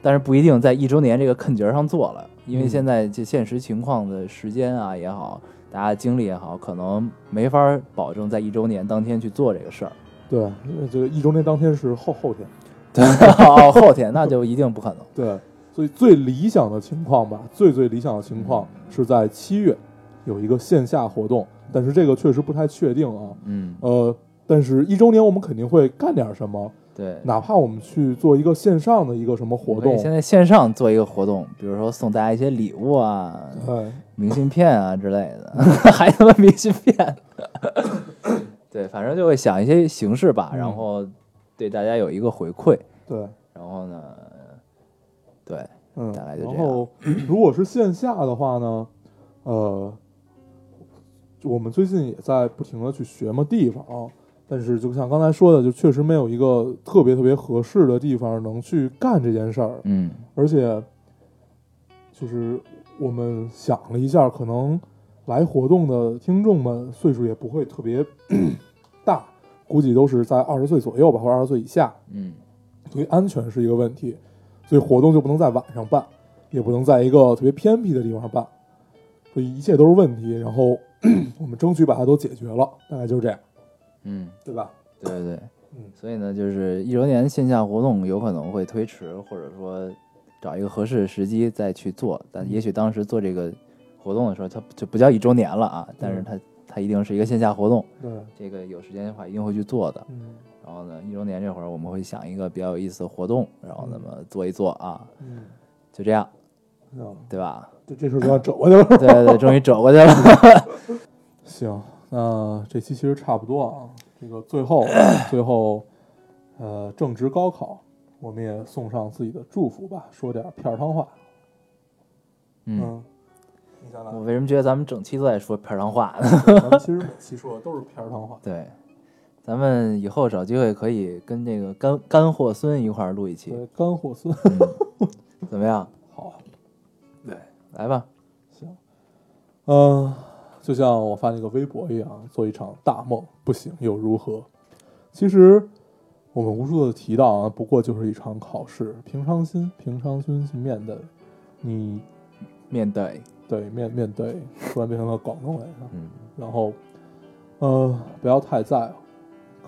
[SPEAKER 2] 但是不一定在一周年这个坎节儿上做了，因为
[SPEAKER 1] 嗯
[SPEAKER 2] 现在这现实情况的时间啊也好，大家精力也好，可能没法儿保证在一周年当天去做这个事儿。
[SPEAKER 1] 对，这个一周年当天是后后天。
[SPEAKER 2] 对，哦，后天那就一定不可 能。
[SPEAKER 1] 对，所以最理想的情况吧，最最理想的情况是在七月有一个线下活动，但是这个确实不太确定啊。
[SPEAKER 2] 嗯
[SPEAKER 1] 呃，但是一周年我们肯定会干点什么，
[SPEAKER 2] 对，
[SPEAKER 1] 哪怕我们去做一个线上的一个什么活
[SPEAKER 2] 我们
[SPEAKER 1] 动
[SPEAKER 2] 也，现在线上做一个活动，比如说送大家一些礼物啊、
[SPEAKER 1] 哎，
[SPEAKER 2] 明信片啊之类的， 还他妈明信片，对，反正就会想一些形式吧，
[SPEAKER 1] 嗯
[SPEAKER 2] 然后对大家有一个回馈，
[SPEAKER 1] 对，
[SPEAKER 2] 然后呢，对，
[SPEAKER 1] 嗯，
[SPEAKER 2] 大概就这
[SPEAKER 1] 然
[SPEAKER 2] 样
[SPEAKER 1] 后如果是线下的话呢，呃，我们最近也在不停的去学嘛地方啊，但是就像刚才说的，就确实没有一个特别特别合适的地方能去干这件事儿，
[SPEAKER 2] 嗯
[SPEAKER 1] 而且就是我们想了一下，可能来活动的听众们岁数也不会特别 大，估计都是在二十岁左右吧，或者二十岁以下。
[SPEAKER 2] 嗯，
[SPEAKER 1] 所以安全是一个问题，所以活动就不能在晚上办，也不能在一个特别偏僻的地方办，所以一切都是问题。然后我们争取把它都解决了，大概就是这样，
[SPEAKER 2] 嗯，
[SPEAKER 1] 对吧？
[SPEAKER 2] 对对对，
[SPEAKER 1] 嗯
[SPEAKER 2] 所以呢，就是一周年线下活动有可能会推迟，或者说找一个合适的时机再去做。
[SPEAKER 1] 嗯
[SPEAKER 2] 但也许当时做这个活动的时候，它就不叫一周年了啊，但
[SPEAKER 1] 嗯
[SPEAKER 2] 是它它一定是一个线下活动，
[SPEAKER 1] 对，
[SPEAKER 2] 这个有时间的话一定会去做的。
[SPEAKER 1] 嗯
[SPEAKER 2] 然后呢，一周年这会儿我们会想一个比较有意思的活动，然后那么做一做啊，
[SPEAKER 1] 嗯，
[SPEAKER 2] 就这样，
[SPEAKER 1] 那
[SPEAKER 2] 对吧？
[SPEAKER 1] 这这事儿就算折过去了。
[SPEAKER 2] 对对对，终于折过去了。
[SPEAKER 1] 行，那这期其实差不多啊。这个最 后最后，呃，正值高考，我们也送上自己的祝福吧，说点片儿汤话。
[SPEAKER 2] 嗯，，
[SPEAKER 1] 你想来
[SPEAKER 2] 我，为什么觉得咱们整期都在说片儿上话 呢？
[SPEAKER 1] 咱们其 实每期说的都是片儿汤话。
[SPEAKER 2] 对，咱们以后找机会可以跟这个干干货孙一块儿录一期，嗯
[SPEAKER 1] 对，干货孙，
[SPEAKER 2] 怎么样？
[SPEAKER 1] 好啊。
[SPEAKER 2] 来吧，
[SPEAKER 1] 行，嗯、就像我发那个微博一样，做一场大梦不醒又如何？其实我们无数的提到啊，不过就是一场考试，平常心，平常心去面对。你
[SPEAKER 2] 面对，
[SPEAKER 1] 对面面对，突然变成了广东人啊，
[SPEAKER 2] 嗯
[SPEAKER 1] 然后，呃，不要太在乎，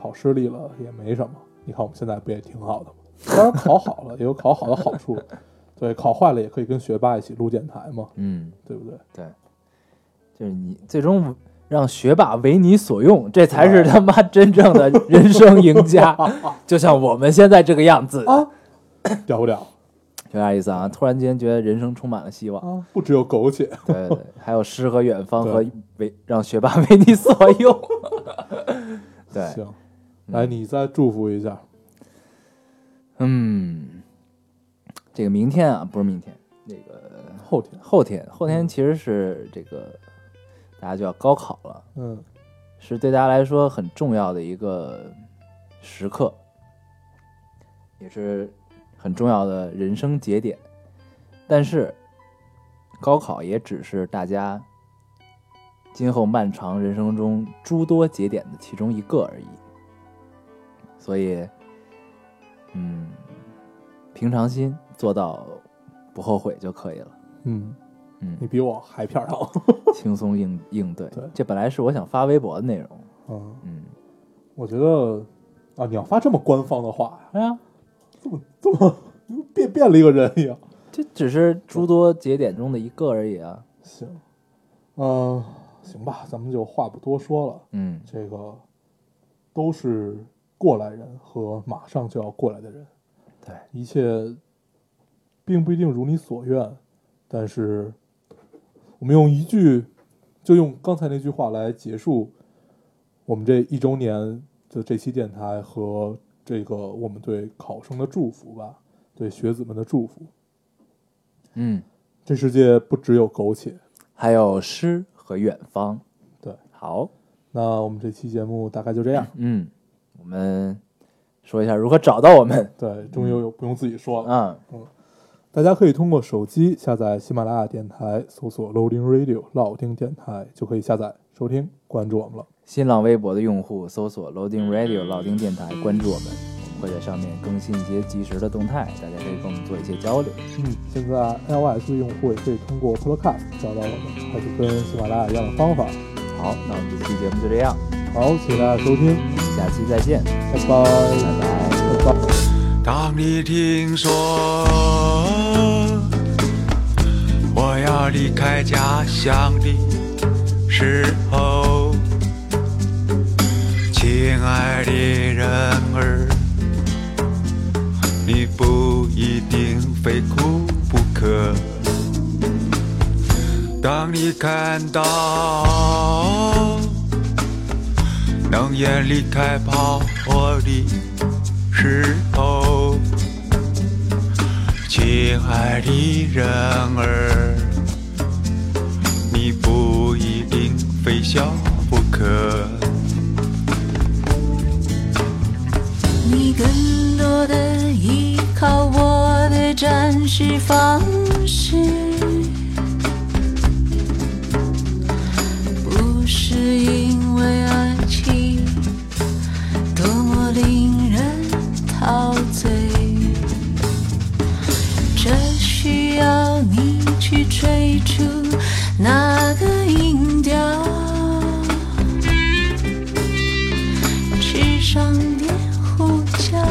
[SPEAKER 1] 考失利了也没什么。你看我们现在不也挺好的吗？当然考好了也有考好的好处， 对，考坏了也可以跟学霸一起录电台嘛，
[SPEAKER 2] 嗯，
[SPEAKER 1] 对不对？
[SPEAKER 2] 对，就是你最终让学霸为你所用，这才是他妈真正的人生赢 家。就像我们现在这个样子，
[SPEAKER 1] 啊，屌不屌
[SPEAKER 2] 有点意思啊！突然间觉得人生充满了 希望，
[SPEAKER 1] 啊？不只有苟且，
[SPEAKER 2] 对对对，还有诗和远方
[SPEAKER 1] 对
[SPEAKER 2] 和为让学霸为你所用。 对，
[SPEAKER 1] 行，来你再祝福一下，
[SPEAKER 2] 嗯，这个明天啊，不是明天，那个
[SPEAKER 1] 后天，
[SPEAKER 2] 后天，后
[SPEAKER 1] 嗯
[SPEAKER 2] 天其实是这个大家就要高考了，
[SPEAKER 1] 嗯
[SPEAKER 2] 是对大家来说很重要的一个时刻，也是很重要的人生节点。但是，高考也只是大家今后漫长人生中诸多节点的其中一个而已。所以，嗯，平常心做到不后悔就可以了。
[SPEAKER 1] 嗯，
[SPEAKER 2] 嗯
[SPEAKER 1] 你，比我还片儿糖，
[SPEAKER 2] 轻松应应对
[SPEAKER 1] 对。
[SPEAKER 2] 这本来是我想发微博的内容。
[SPEAKER 1] 嗯，
[SPEAKER 2] 嗯，
[SPEAKER 1] 我觉得啊，你要发这么官方的话呀，
[SPEAKER 2] 哎呀，
[SPEAKER 1] 这么这么变变了一个人一样，
[SPEAKER 2] 这只是诸多节点中的一个而已啊。
[SPEAKER 1] 行，嗯、行吧，咱们就话不多说了，
[SPEAKER 2] 嗯，
[SPEAKER 1] 这个都是过来人和马上就要过来的人，
[SPEAKER 2] 对，
[SPEAKER 1] 一切并不一定如你所愿，但是我们用一句，就用刚才那句话来结束我们这一周年的这期电台和这个我们对考生的祝福吧，对学子们的祝福。
[SPEAKER 2] 嗯，
[SPEAKER 1] 这世界不只有苟且，
[SPEAKER 2] 还有诗和远方。
[SPEAKER 1] 对。
[SPEAKER 2] 好，
[SPEAKER 1] 那我们这期节目大概就这样。
[SPEAKER 2] 嗯，我们说一下如何找到我们。
[SPEAKER 1] 对，终于有不用自己说了。
[SPEAKER 2] 嗯，
[SPEAKER 1] 大家可以通过手机下载喜马拉雅电台，搜索 Loading Radio 老丁电台，就可以下载收听，关注我们了。
[SPEAKER 2] 新浪微博的用户搜索 Loading Radio 老丁电台，关注我们，我们会在上面更新一些及时的动态，大家可以跟我们做一些交流。
[SPEAKER 1] 嗯，现在 iOS 用户也可以通过 Podcast 找到我们，还是跟喜马拉雅一样的方法。
[SPEAKER 2] 好，那我们这期节目就这样，
[SPEAKER 1] 好，谢谢大家收听，
[SPEAKER 2] 下期再见，
[SPEAKER 1] 拜拜，
[SPEAKER 2] 拜拜。
[SPEAKER 1] 拜拜。
[SPEAKER 3] 当你听说我要离开家乡的时候，请亲爱的人儿，你不一定非哭不可。当你看到能眼离开炮火的石头，亲爱的人儿，你不一定非笑不可。
[SPEAKER 4] 你更多的依靠我的展示方式，不是因为爱情多么令人陶醉，这需要你去追逐那个音调。吃上点胡椒。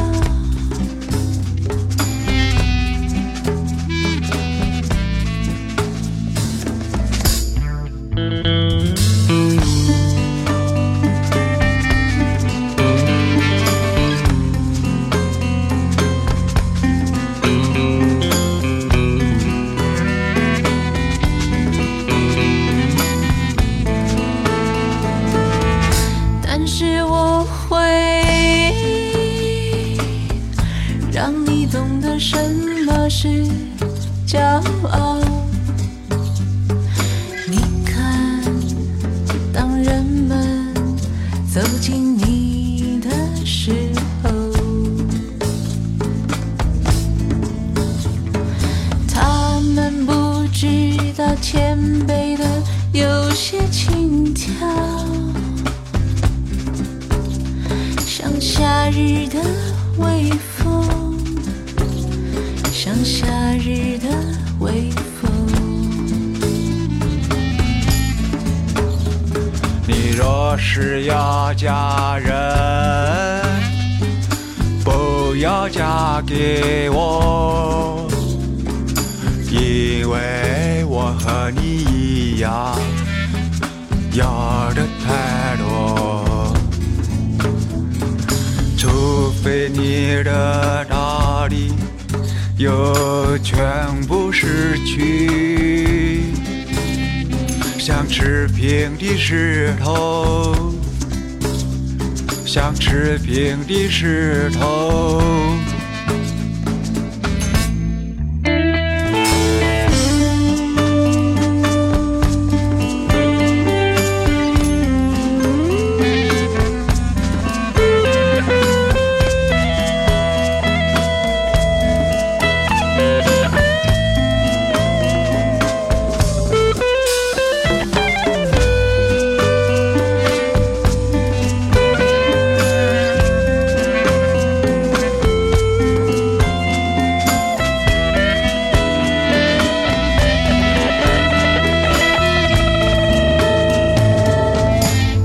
[SPEAKER 4] 但是我会让你懂得什么是骄傲。你看，当人们走进你的时候，他们不知道谦卑的有些轻佻。像夏日的微风，像夏日的微风。
[SPEAKER 3] 你若是要嫁人，不要嫁给我，因为我和你一样，要的太多。除非你的大力又全部失去。像持平的石头，像持平的石头。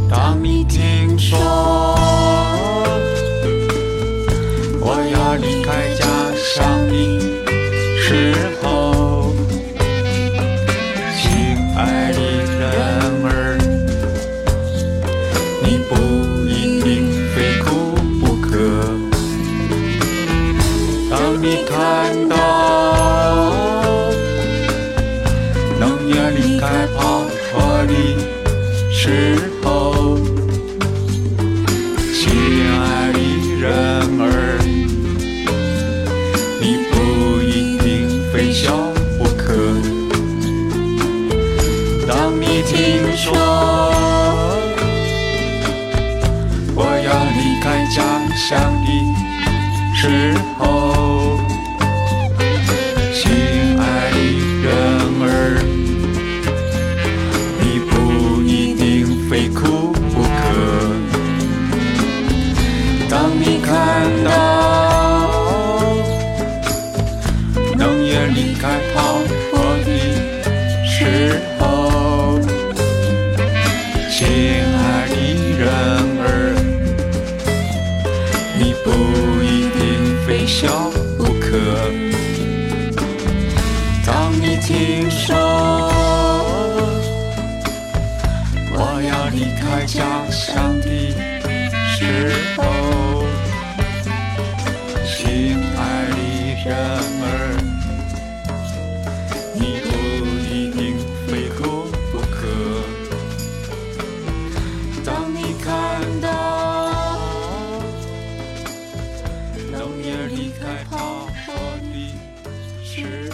[SPEAKER 3] 当你听说我要离开家乡的时候，亲爱的人儿，你不一定非哭不可。当你看到能远离开跑车的。时候，亲爱的人儿，你不一定非笑不可。当你听说我要离开家乡的时候，亲爱的人儿。你不一定非哭不可。当你看到能远离开炮火的时候，亲爱的人儿，你不一定非笑不可。当你听说。我要离开家乡的时时候，亲爱的人儿，你不一定非哭不可。当你看到浓烟离开泡沫的时